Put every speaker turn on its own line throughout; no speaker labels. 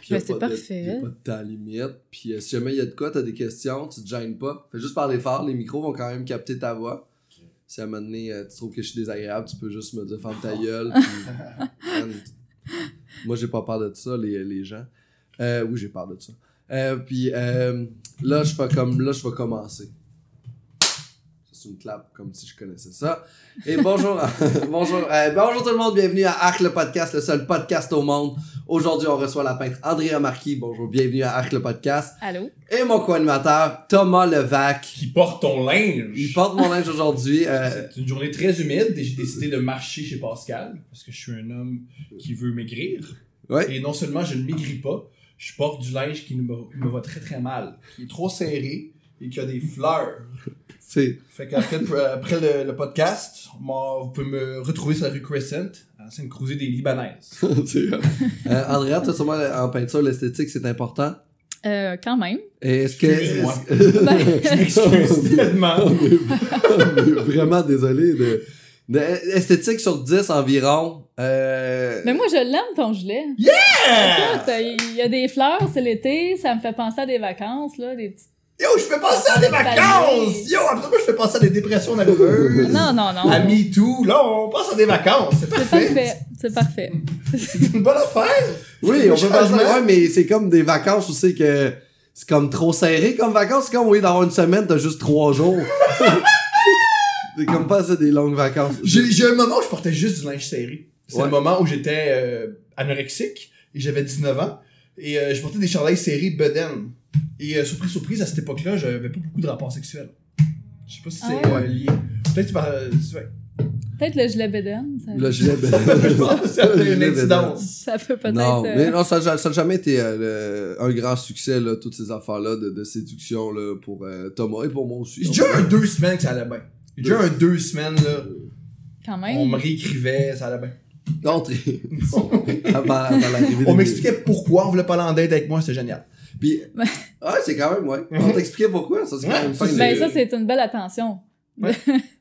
Puis y a
Mais Ben, c'est
pas de-
parfait. hein.
y a pas de temps limite. Puis euh, si jamais il y a de quoi, t'as des questions, tu te gênes pas. Fais juste parler fort, les micros vont quand même capter ta voix. Si à un moment donné, euh, tu trouves que je suis désagréable, tu peux juste me dire ferme ta gueule. puis- Man, t- Moi, j'ai pas peur de ça, les, les gens. Euh, oui, j'ai peur de ça. Euh, puis euh, là, je vais comme là, je vais commencer. C'est une clap comme si je connaissais ça. Et bonjour, bonjour, euh, bonjour tout le monde, bienvenue à Arc le podcast, le seul podcast au monde Aujourd'hui, on reçoit la peintre Andrea Marquis. Bonjour, bienvenue à Arc le podcast.
Allô?
Et mon co-animateur, Thomas Levac.
qui porte ton linge.
Il porte mon linge aujourd'hui. euh,
C'est une journée très humide et j'ai décidé de marcher chez Pascal parce que je suis un homme qui veut maigrir.
Ouais.
Et non seulement je ne maigris pas, je porte du linge qui me, me va très très mal, qui est trop serré et qui a des fleurs.
c'est
Fait qu'après le- après le, le podcast, moi, vous pouvez me retrouver sur la rue Crescent, à Sainte-Croisée des Libanaises.
c'est vrai. euh, Andrea, toi, sûrement, en peinture, l'esthétique, c'est important.
Euh, quand même. Ben,
Et est-ce que.
Excuse-moi.
est-ce-
Je m'excuse tellement.
on, est, on est vraiment désolé de. de- esthétique sur 10 environ. Euh,
Mais Ben, moi, je l'aime ton gilet. Écoute, euh, Il y a des fleurs, c'est l'été, ça me fait penser à des vacances, là, des petites...
Yo, je fais penser à des vacances! Yo, absolument, je fais penser à des dépressions nerveuses.
Non, non, non.
À MeToo, là, on passe à des vacances. C'est
Oh. C'est
parfait.
parfait, c'est parfait.
C'est une bonne affaire.
Oui, on peut faire ça,
Changement.
ouais, mais c'est comme des vacances où c'est que c'est comme trop serré comme vacances. C'est comme, oui, d'avoir une semaine, t'as juste trois jours. c'est comme pas ça des longues vacances.
J'ai j'ai un moment où je portais juste du linge serré. C'est
Ouais.
le moment où j'étais euh, anorexique et j'avais 19 ans. Et euh, je portais des chandails serrés bedaine. Et euh, surprise, surprise, à cette époque-là, j'avais pas beaucoup de rapports sexuels. Je sais pas si
Ah
c'est
ouais.
euh, lié. Peut-être par. euh, ouais.
Peut-être le gilet bédaine, ça,
Le gilet ben-
Je pense que c'est une
Le gilet
incidence.
ça peut peut-être...
Non,
euh,
mais non, ça n'a jamais été euh, le- un grand succès, là, toutes ces affaires-là de, de séduction là, pour euh, Thomas et pour moi aussi.
J'ai déjà un deux semaines que ça allait bien. J'ai déjà un deux semaines, là.
Quand
On me
même.
réécrivait, ça allait bien.
Non, très- avant, avant l'arrivée
On
des-
m'expliquait pourquoi on voulait pas aller en date avec moi, c'était génial.
Puis, ah, c'est quand même, ouais. On t'expliquait pourquoi, ça, c'est quand même
Ouais,
fun.
Ben, ça, c'est une belle attention.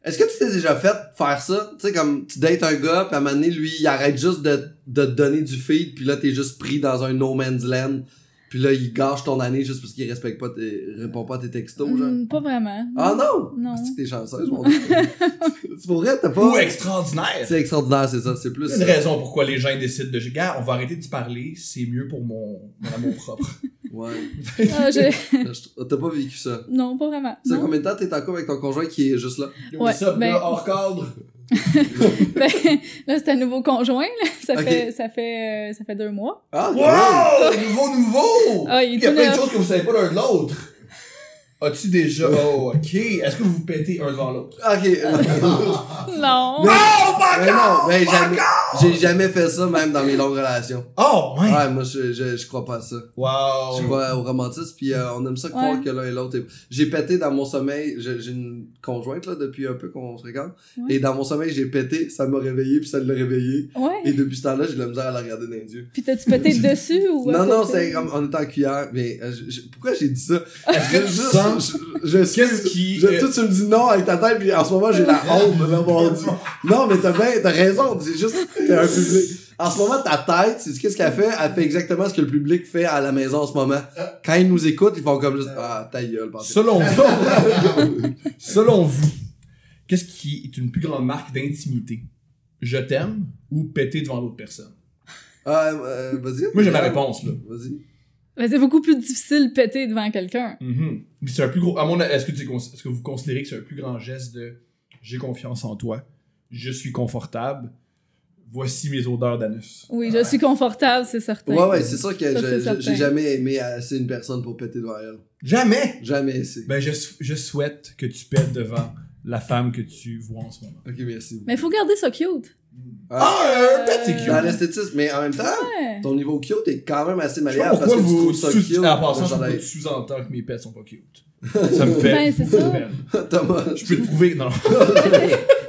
Est-ce que tu t'es déjà fait faire ça? Tu sais, comme tu dates un gars, puis à un moment donné, lui, il arrête juste de, de te donner du feed, puis là, t'es juste pris dans un no man's land, puis là, il gâche ton année juste parce qu'il respecte pas tes, répond pas à tes textos, genre.
Hmm, pas vraiment.
Ah non!
Non.
C'est que t'es chanceuse, mon dieu. c'est pour vrai, t'as pas.
Ou extraordinaire.
c'est extraordinaire, c'est ça. C'est plus.
C'est une raison pourquoi les gens décident de gars, on va arrêter d'y parler, c'est mieux pour mon, mon amour propre.
Ouais.
Ah, je-
Je- T'as pas vécu ça.
Non, pas vraiment.
Tu sais,
Non.
combien de temps t'es en couple avec ton conjoint qui est juste là?
Yo,
Ouais,
what's up,
ben-
là, hors cadre.
Ben, là, c'est un nouveau conjoint, là. Ça,
Ok.
fait, ça, fait, euh, ça fait deux mois.
Ah,
Wow! Nouveau, nouveau!
Ah, il est
il y a
tout
plein de
neuf.
choses que vous savez pas l'un de l'autre. As-tu déjà. Oh, ok. Est-ce que vous vous pétez un devant l'autre?
ouais!
Euh,
Ok.
Non!
Ah. Mais-
Oh, my
Mais non, mais jamais-
God!
j'ai jamais fait ça, même dans mes longues relations.
Oh, ouais!
Ouais, moi, je, je, je crois pas à ça. Je
Wow!
crois au romantisme, puis euh, on aime ça croire
Ouais.
que l'un et l'autre. est- J'ai pété dans mon sommeil, j'ai j'ai une conjointe là, depuis un peu qu'on se regarde,
Ouais.
et dans mon sommeil, j'ai pété, ça m'a réveillé, puis ça l'a réveillé.
Ouais.
Et depuis ce temps-là, j'ai de la misère à la regarder dans les yeux.
Puis t'as-tu pété dessus ou... à
non, non,
côté?
c'est comme on était en cuillère, mais euh, je- je- pourquoi j'ai dit ça?
Est-ce que tu
Juste,
sens.
je, je,
Qu'est-ce qui.
je- tout, tu me dis non avec ta tête, puis en ce moment, j'ai la honte de l'avoir dit. Non, mais t'as bien, t'as raison, c'est juste, t'es un public. En ce moment, ta tête, c'est qu'est-ce qu'elle fait? Elle fait exactement ce que le public fait à la maison en ce moment. Quand ils nous écoutent, ils font comme juste, ah, ta gueule, parce que-
Selon vous, selon vous, qu'est-ce qui est une plus grande marque d'intimité Je t'aime ou péter devant l'autre personne
Ah, euh, vas-y.
Moi, j'ai ma réponse, là.
Vas-y.
Ben, c'est beaucoup plus difficile de péter devant quelqu'un.
Mhm. Mais C'est un plus gros. À mon avis, est-ce que, tu es cons- est-ce que vous considérez que c'est un plus grand geste de j'ai confiance en toi, je suis confortable, voici mes odeurs d'anus
Oui, je suis confortable, c'est certain.
Ouais, ouais, c'est sûr que
Ça,
je-
c'est
je- j'ai
certain.
jamais aimé assez une personne pour péter devant elle.
Jamais
Jamais assez.
Ben, je, sou- je souhaite que tu pètes devant la femme que tu vois en ce moment.
Ok, merci.
Mais faut garder ça cute.
Ah,
un pet, c'est
Euh,
cute.
dans l'esthétisme, mais en même temps,
Ouais.
ton niveau cute est quand même assez
Je sais pas
malléable parce que
pourquoi
tu
vous
trouves ça
sous-
cute.
Ah, par
dans
sens,
la-
pourquoi tu sous-entends que mes pets sont pas cute. Ça me fait.
Ben, c'est ça.
Thomas,
Je peux te prouver. Non.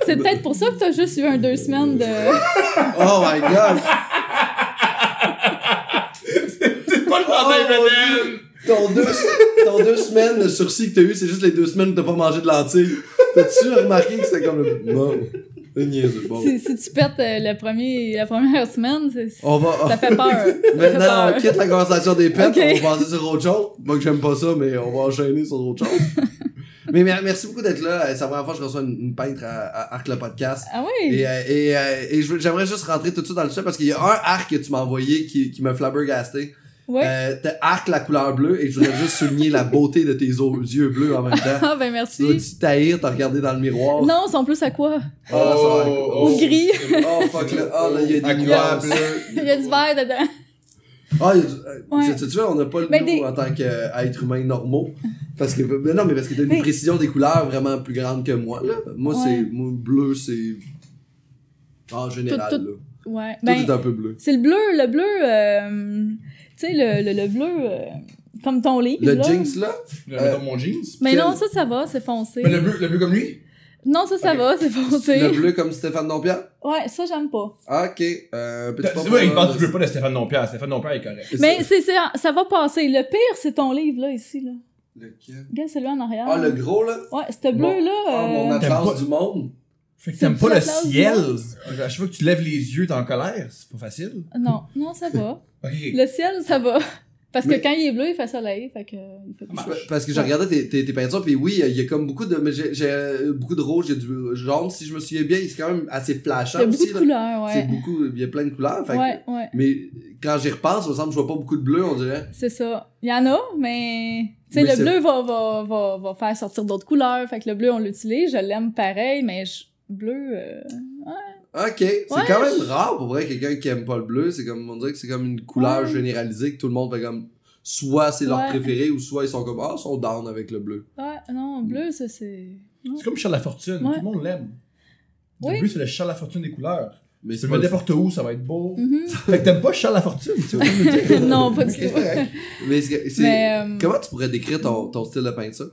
C'est peut-être pour ça que t'as juste eu un deux semaines de.
oh my god!
c'est pas le
chandail
chandail
Beden. Ton deux, ton deux semaines de sursis que t'as eu, c'est juste les deux semaines que t'as pas mangé de lentilles. T'as-tu remarqué que c'était comme le. Non. Niaiseux, bon.
Si, si tu pètes euh, le premier, la première semaine, c'est-
On va. ah,
ça fait peur.
Maintenant,
Ça fait
on
peur.
quitte la conversation des pets,
Ok.
on va passer sur autre chose. Moi, que j'aime pas ça, mais on va enchaîner sur autre chose. mais mer- merci beaucoup d'être là. Euh, C'est la première fois que je reçois une, une peintre à, à Arc le podcast.
Ah oui?
Et, euh, et, euh, et je veux- j'aimerais juste rentrer tout de suite dans le sujet parce qu'il y a un arc que tu m'as envoyé qui, qui m'a flabbergasté.
Oui.
Euh, t'as arc la couleur bleue et je voudrais juste souligner la beauté de tes o- yeux bleus en même temps.
Ah ben
euh, Tu
merci.
dois-tu t'haïr, t'as regardé dans le miroir?
Non, ils sont plus à quoi?
Ah, ça va.
Ou gris.
Oh fuck là, ah là, il y a des
oh, Aqua
nuages.
bleu.
Il y a du vert dedans.
Ah, il y a du- euh,
Ouais.
tu- tu vois, on n'a pas le
Mais
goût
des-
en tant qu'être humain normaux. Parce que, mais non, mais parce que t'as une
Mais-
précision des couleurs vraiment plus grande que moi. Là. Moi,
Ouais.
c'est moi, bleu, c'est. En général,
tout-
là.
Ouais.
Tout
Ben,
est un peu bleu.
c'est le bleu, le bleu, euh, tu sais, le, le, le bleu, euh, comme ton livre.
Le
là.
jinx, là,
Là, mettons mon jeans.
Mais
Quel-
non, ça, ça va, c'est foncé.
Mais le bleu, le bleu comme lui?
Non, ça, ça
Ok.
va, c'est foncé.
le bleu comme Stéphane Dompierre.
Ouais, ça, j'aime pas.
Ah, ok. Euh, petit
C'est
pas
vrai,
pour,
il parle
euh,
du bleu pas de Stéphane Dompierre. Stéphane Dompierre est correct.
c'est-
Mais c'est, c'est, ça va passer. Le pire, c'est ton livre, là, ici, là.
Lequel?
Regarde celui en arrière.
Ah, le gros, là.
Ouais, ce bleu-là.
Ah, mon
euh,
T'aimes
atlas
pas-
du monde.
Fait que
C'est
t'aimes
une
pas le
place,
ciel.
non?
À chaque fois que tu lèves les yeux, t'es en colère. C'est pas facile.
Non, non, ça va.
Ok.
Le ciel, ça va. Parce
Mais- Ah,
que quand il est bleu, il fait soleil. Fait que, euh, il fait
marche.
Pa- Parce que j'ai regardé tes, tes, tes peintures, puis oui, il y a comme beaucoup de. mais J'ai j'ai, euh, beaucoup de rouge, il y a du jaune, si je me souviens bien, c'est quand même assez flashant
Il y a beaucoup
aussi,
de
là.
couleurs,
C'est
ouais.
beaucoup, il y a plein de couleurs. Fait que-
Ouais, ouais,
mais quand j'y repense, il me semble que je vois pas beaucoup de bleu, on dirait.
c'est ça. Il y en a, mais. Tu sais,
Mais
le
c'est-
bleu va, va, va, va faire sortir d'autres couleurs. Fait que le bleu, on l'utilise. Je l'aime pareil, mais je- bleu. euh,
Ok, c'est
Ouais,
quand même
je-
rare pour vrai quelqu'un qui aime pas le bleu. C'est comme on dirait que c'est comme une couleur
Ouais.
généralisée que tout le monde fait comme soit c'est leur
Ouais.
préféré ou soit ils sont comme ah ils sont down avec le bleu.
Ouais, ah, non, bleu, ça, c'est.
C'est comme Charles Lafortune.
Ouais.
Tout le monde l'aime. Le
Oui.
bleu, c'est le Charles Lafortune des couleurs.
Mais
Tu
c'est
le
pas
mets
le-
n'importe où, ça va être beau.
Mhm.
Fait que t'aimes pas Charles Lafortune, tu vois. Ok,
non, pas du
c'est
tout.
correct.
mais c'est- c'est-
Mais. euh,
comment tu pourrais décrire ton, ton style de peinture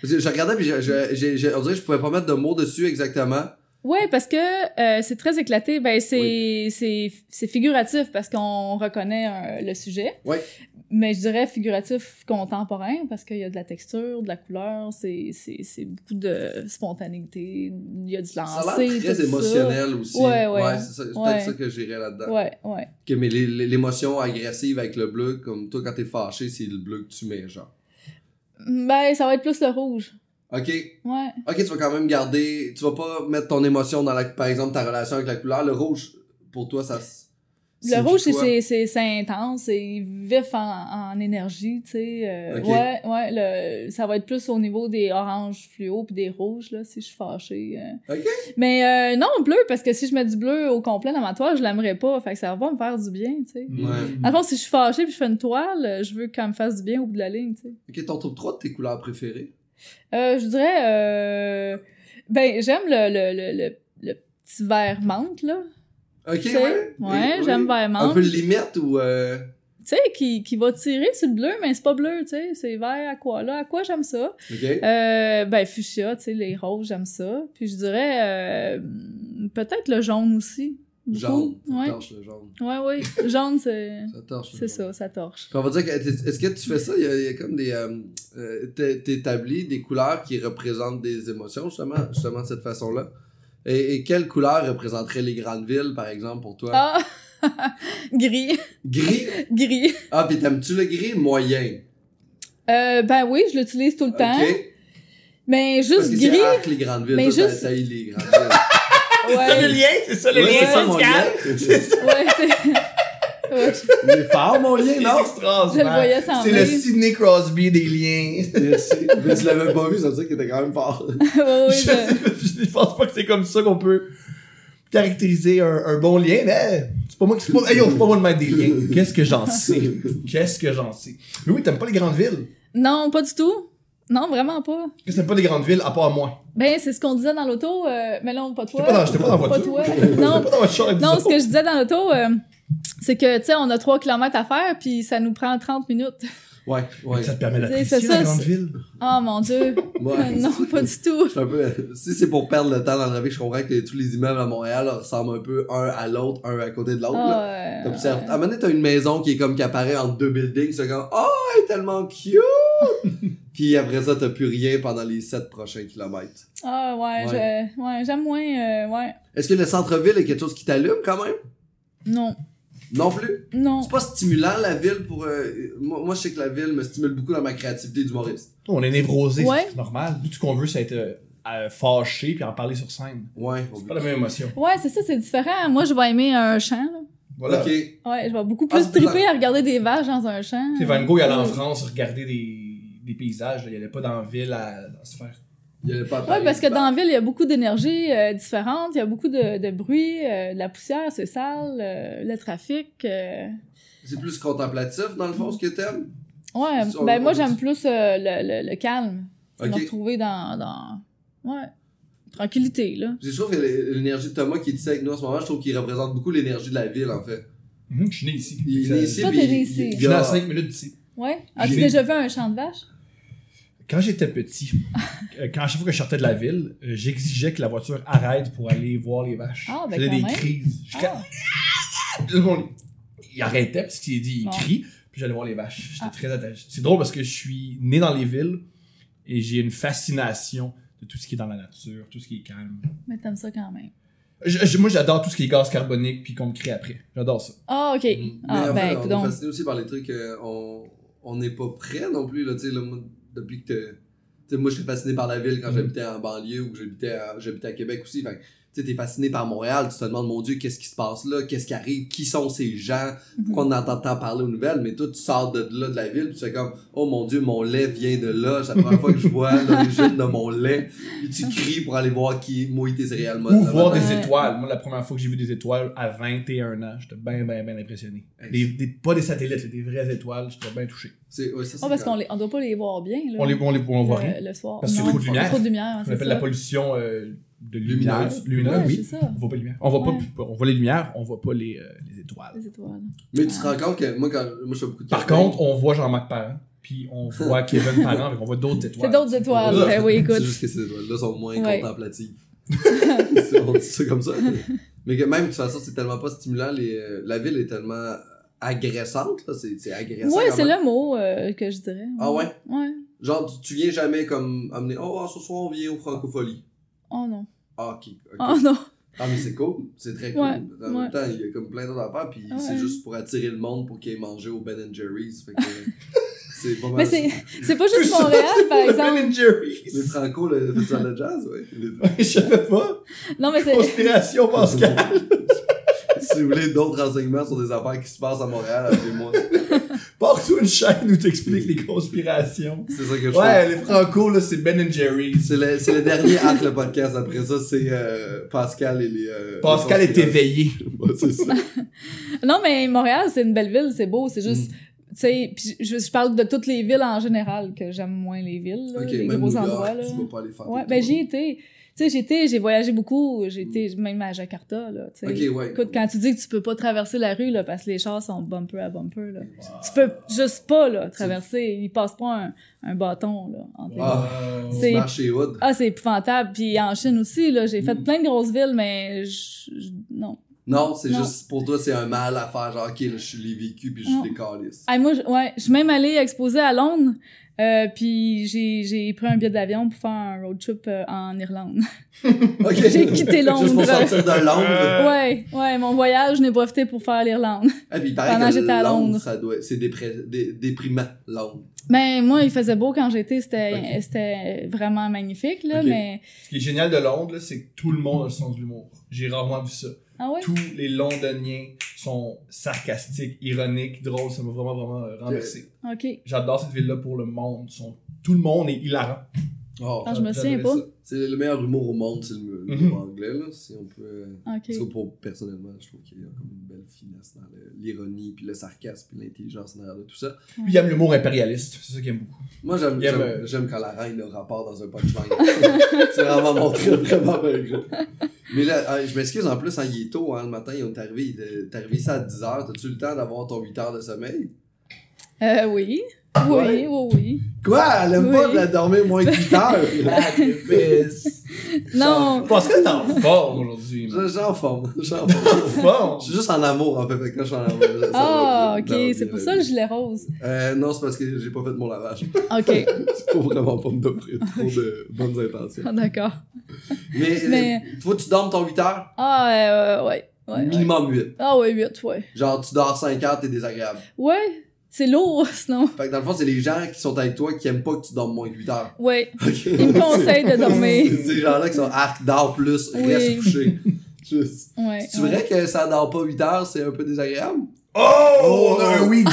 Parce que je regardais puis je, je- j'ai- j'ai- on dirait que je pouvais pas mettre de mots dessus exactement.
Ouais, parce que euh, c'est très éclaté. Ben, c'est c'est c'est figuratif parce qu'on reconnaît euh, le sujet.
Ouais.
Mais je dirais figuratif contemporain parce qu'il y a de la texture, de la couleur, c'est c'est- c'est beaucoup de spontanéité, il y a du
Ça a
lancer,
l'air
tout
très
ça.
émotionnel aussi.
Ouais, ouais.
c'est ça- c'est peut-être
Ouais.
ça que j'irais là-dedans.
Ouais, ouais.
Ok, mais l'é- l'é- l'émotion agressive avec le bleu, comme toi quand t'es fâché, c'est le bleu que tu mets, genre.
Ben, ça va être plus le rouge.
Ok,
Ouais.
ok, tu vas quand même garder, tu vas pas mettre ton émotion dans la, par exemple, ta relation avec la couleur. Le rouge, pour toi, ça. s-
Le
signifie
rouge, c'est-
quoi?
c'est c'est- c'est intense, c'est vif en, en énergie, tu sais. euh,
Ok.
Ouais, ouais, le- ça va être plus au niveau des oranges fluo puis des rouges, là, si je suis fâchée. euh.
Ok.
Mais euh, non, bleu, parce que si je mets du bleu au complet dans ma toile, je l'aimerais pas, fait que ça va me faire du bien, tu sais.
Ouais.
Dans le fond, si je suis fâchée puis je fais une toile, euh, je veux qu'elle me fasse du bien au bout de la ligne, tu sais.
Ok, ton top 3 de tes couleurs préférées.
Euh, je dirais... euh, Ben, j'aime le, le, le, le, le petit vert menthe, là.
Ok,
tu sais.
ouais.
ouais,
Oui,
j'aime
oui.
vert
Un
menthe.
peu limite ou. euh,
tu sais, qui, qui va tirer sur le bleu, mais c'est pas bleu, tu sais, c'est vert, à quoi, là, à quoi j'aime ça.
Ok.
Euh, ben, fuchsia, tu sais, les roses, j'aime ça. Puis je dirais, euh, peut-être le jaune aussi. beaucoup.
jaune. Ça
Ouais,
torche le jaune.
ouais, ouais. jaune, c'est,
Ça torche le
c'est
jaune.
ça, ça torche.
Puis on va dire que t'es- est-ce que tu fais ça? Il y a, il y a comme des. euh, euh, t'é- T'établis des couleurs qui représentent des émotions, justement, justement de cette façon-là. Et, et quelle couleur représenterait les grandes villes, par exemple, pour toi?
Ah! gris,
Gris?
gris.
Ah, puis t'aimes-tu le gris moyen?
Euh, ben oui, je l'utilise tout le temps.
Ok?
Mais
Parce
juste
que c'est
gris,
arc les grandes villes.
mais
Toi,
juste-
t'as t'as eu les grandes villes.
C'est
ouais.
ça le lien, c'est ça le
Ouais,
lien
c'est ça mon
social.
lien.
ouais, c'est... ouais, je-
Il est fort, mon lien,
C'est
non?
extraordinaire.
Je le voyais s'en
C'est le
venir.
Sidney Crosby des liens.
Merci. Mais tu l'avais pas vu, ça veut dire qu'il était quand même fort.
ouais, ouais, je-
je, je pense pas que c'est comme ça qu'on peut caractériser un, un bon lien, mais c'est pas moi qui. c'est Pas, hey yo, c'est pas moi de mettre des liens. Qu'est-ce que j'en sais? Qu'est-ce que j'en sais? Mais oui, t'aimes pas les grandes villes.
Non, pas du tout. Non, vraiment pas.
Qu'est-ce que t'aimes pas les grandes villes à part moi?
Ben, c'est ce qu'on disait dans l'auto, euh, mais là, on- pas toi.
J'étais pas dans, j'étais pas dans la
Pas
voiture.
toi.
J'étais
Non.
pas dans votre char avec
Non,
vous
ce que je disais dans l'auto, euh, c'est que, tu sais, on a 3 km à faire, puis ça nous prend 30 minutes.
Ouais, ouais.
autres. Ça te permet
C'est
d'apprécier
ça,
la grande
c'est-
ville.
Oh mon Dieu.
Ouais.
non, pas du tout.
Je suis un peu- euh, Si c'est pour perdre le temps dans le trafic, je comprends que tous les immeubles à Montréal ressemblent un peu un à l'autre, un à côté de l'autre. là.
Ah, euh,
T'observes. À un moment Ah, donné, t'as une maison qui est comme qui apparaît entre deux buildings, c'est comme Oh, elle est tellement cute! Puis Puis après ça, t'as plus rien pendant les 7 prochains kilomètres.
Ah ouais, je- ouais, j'aime moins. euh, ouais.
Est-ce que le centre-ville est quelque chose qui t'allume quand même?
Non.
Non plus.
Non.
C'est pas stimulant la ville pour. euh, moi, moi, je sais que la ville me stimule beaucoup dans ma créativité d'humoriste.
Oh, On est névrosé,
Ouais.
c'est normal. Tout ce qu'on veut, c'est être euh, euh, fâché puis en parler sur scène.
Ouais.
C'est pas la même émotion.
Ouais, c'est ça, c'est différent. Moi, je vais aimer un champ. là.
Voilà.
Ok.
Ouais, je vais beaucoup
Ah,
plus
c'est
triper à regarder des vaches dans un champ. Euh,
Tu sais, Van Gogh, il allait en France regarder des, des paysages. là. Il allait pas dans la ville à, à se faire.
Il y avait pas à
Ouais,
Paris.
parce que dans la ville, il y a beaucoup d'énergie euh, différente, il y a beaucoup de, de bruit, euh, de la poussière, c'est sale, euh, le trafic. euh.
C'est plus contemplatif dans le fond ce que t'aimes.
Ouais,
Ça,
ben
on-
moi,
on-
j'aime plus euh, le, le- le calme. de Me
Ok.
retrouver dans, dans. Ouais. Tranquillité, là.
Je trouve que l'énergie de Thomas qui est ici avec nous en ce moment, je trouve qu'il représente beaucoup l'énergie de la ville en fait.
Mhm, je suis né ici.
Il est
Ça-
né ici.
Toi,
puis
t'es né
il-
ici.
il-
Je
il
suis né
a-
à 5 minutes d'ici.
Ouais. As-tu
J'ai-
déjà vu un champ de vaches?
Quand j'étais petit, euh, quand à chaque fois que je sortais de la ville, euh, j'exigeais que la voiture arrête pour aller voir les vaches.
Ah, ben
J'avais
quand
des
même.
crises. Je-
Ah,
Tout le monde, il arrêtait parce qu'il dit, il
Bon.
crie, puis j'allais voir les vaches. J'étais
Ah.
très attaché. C'est drôle parce que je suis né dans les villes et j'ai une fascination de tout ce qui est dans la nature, tout ce qui est calme.
mais t'aimes ça quand même.
Je- je- moi, j'adore tout ce qui est gaz carbonique puis qu'on me crée après. J'adore ça.
Ah, ok.
Mm. Mais
Ah,
en fait,
ben,
on
donc.
est fasciné aussi par les trucs euh, on on n'est pas prêt non plus là, tu sais là, moi, depuis que t'es- tu sais moi j'étais fasciné par la ville
Mm-hmm.
quand
Mm.
j'habitais en banlieue ou que j'habitais à, j'habitais à Québec aussi fait que, tu sais t'es fasciné par Montréal tu te demandes mon dieu qu'est-ce qui se passe là qu'est-ce qui arrive qui sont ces gens
Mm-hmm.
pourquoi on entend tant parler aux nouvelles mais toi tu sors de là de la ville puis tu fais comme oh mon dieu mon lait vient de là c'est la première fois que je vois l'origine de mon lait puis tu cries pour aller voir qui mouille tes céréales
Ou
modernes.
voir des
Ouais.
étoiles. Moi, la première fois que j'ai vu des étoiles à 21 ans, j'étais bien, bien, bien impressionné.
Hey,
Des- des- pas des satellites, des vraies étoiles, j'étais bien touché.
c'est ouais, ça, c'est
Ah, parce
quand-
qu'on les- on doit pas les voir bien, là.
On les, on les on voit
le,
rien.
le soir.
Parce que c'est
Non,
trop de lumière.
Trop de lumière, ouais,
On
Euh, c'est
appelle
ça.
la pollution euh, de lumière.
Lumineuse.
Lumineuse,
Ouais,
oui.
c'est ça.
On voit pas les lumières. On voit
Ouais.
pas, on voit les lumières, on voit pas les, euh, les étoiles.
Les étoiles.
mais tu te rends compte que moi quand moi je fais beaucoup de
Par
camping.
contre, on voit Jean-Marc Parent, puis on voit Kevin Parent, puis on voit d'autres étoiles.
C'est d'autres étoiles.
Ouais.
Ben oui,
C'est
écoute.
juste que ces étoiles-là sont moins
Ouais.
contemplatives. on dit ça comme ça. Mais que même, de toute façon, c'est tellement pas stimulant. Les, euh, la ville est tellement agressante. là, C'est c'est agressant.
Ouais,
quand
c'est
même.
le mot euh, que je dirais.
Ah ouais?
Ouais.
Genre, tu, tu viens jamais comme amener Oh, ce soir, on vient aux Francopholies.
Oh non.
Ah, ok. ok.
Oh non.
Ah, mais c'est cool. C'est très cool.
Ouais,
En même
ouais.
temps, il y a comme plein d'autres affaires. Puis c'est
Ouais.
juste pour attirer le monde pour qu'il ait mangé au Ben Jerry's. Fait que c'est pas mal.
Mais
ça.
c'est c'est pas juste
Tout ça,
Montréal, par
Le
exemple.
Ben and Jerry's.
Mais Franco, le festival de jazz, ouais.
Je savais pas.
Non, mais c'est.
Conspiration, Pascal.
si vous voulez d'autres renseignements sur des affaires qui se passent à Montréal, appelez-moi.
Porte-toi une chaîne où t'expliques les conspirations.
C'est ça que je fais.
Ouais, les franco, là, c'est Ben and Jerry's.
C'est le, c'est le dernier arc, le podcast. Après ça, c'est euh, Pascal et les. euh,
Pascal
les
est éveillé.
Ouais, c'est ça.
Non, mais Montréal, c'est une belle ville, c'est beau, c'est
Mm.
juste. Tu sais, puis je, je parle de toutes les villes en général, que j'aime moins les villes, là,
Ok,
les
même
gros
New York,
endroits. Là.
tu vas pas aller faire
Ouais,
tes
ben
tours.
j'y étais. Tu sais, j'étais, j'ai voyagé beaucoup, j'étais même à Jakarta, là, tu sais.
Mm. Ok, ouais.
Écoute, quand tu dis que tu peux pas traverser la rue, là, parce que les chars sont bumper à bumper, là.
Ah.
Tu peux juste pas, là, traverser. Ils passent pas un, un bâton, là, entre les
Wow.
Wow.
Tu
c'est-
marches chez Ah. Hood.
Ah, c'est épouvantable. Puis en Chine aussi, là, j'ai fait
Mm.
plein de grosses villes, mais je- je- non.
Non, c'est
Non.
juste pour toi, c'est un mal à faire. Genre, ok, là, je l'ai vécu puis je
Non.
décalisse.
Ah, moi, je, ouais, je suis même allée exposer à Londres, euh, puis j'ai, j'ai pris un billet d'avion pour faire un road trip euh, en Irlande.
Ok.
J'ai quitté Londres.
Juste pour sortir de Londres.
Euh.
ouais, ouais, mon voyage, je n'ai profité pour faire l'Irlande.
Ah, puis il paraît
Pendant
que
que j'étais à
Londres,
Londres.
ça doit. C'est dépre- dé- déprimant, Londres.
Ben, moi, il faisait beau quand j'étais, c'était,
Ok.
c'était vraiment magnifique, là,
Ok.
mais...
Ce qui est génial de Londres, là, c'est que tout le monde a le sens de l'humour. J'ai rarement vu ça.
Ah ouais?
Tous les Londoniens sont sarcastiques, ironiques, drôles. Ça m'a vraiment, vraiment euh, renversé.
OK. Ah,
J'adore cette ville-là pour le monde. Ils sont- Tout le monde est hilarant.
Oh,
Ah, je me souviens
J'adorais
pas.
ça.
c'est le meilleur humour au monde, c'est le
Mhm.
l'humour anglais, là. Si on peut. euh,
OK.
Parce que pour, personnellement, je trouve qu'il y a comme une belle finesse dans le- l'ironie, puis le sarcasme, puis l'intelligence derrière de tout ça.
Puis il aime l'humour impérialiste. C'est ça qu'il aime beaucoup.
Moi, j'aime
Il aime,
j'aime-
euh,
j'aime quand la reine a rapport dans un punchline. c'est vraiment mon truc, vraiment ben gros. Mais là, euh, je m'excuse en plus, hein, il est tôt, hein, le matin, ils ont arrivé, il est- t'es arrivé ça à 10h. T'as-tu le temps d'avoir ton 8 heures de sommeil?
Euh, oui. Oui, oui, oui.
Quoi? Elle aime
Oui.
pas de la dormir moins que 8 heures.
Sacrifice.
Non.
Parce que t'es en forme aujourd'hui. man.
Je- J'en forme. J'en forme.
En forme.
Je suis juste en amour, en fait. fait que quand je suis en amour. ça- ça
Ah,
va-
ok,
ça va
c'est
bien Ben
pour
aller.
ça le gilet rose.
Euh, non, c'est parce que j'ai pas fait mon lavage.
Ok,
Faut vraiment pas me donner trop de bonnes intentions.
Ah, d'accord.
Mais,
Mais-
euh, faut que tu dormes ton 8 heures,
Ah, ouais, ouais, ouais. ouais.
minimum 8.
Ah, ouais, 8, ouais.
Genre, tu dors 5 heures, t'es désagréable.
Ouais, c'est lourd, sinon.
Fait que dans le fond, c'est les gens qui sont avec toi qui aiment pas que tu dormes moins que 8 heures.
Ouais,
Ok.
il me conseille de dormir.
C'est ces gens-là qui sont arc dors plus,
Oui.
reste couché. Juste.
Ouais.
C'est
ouais.
vrai que ça dort pas 8 heures, c'est un peu désagréable.
Oh,
Oh,
un
oh.
oui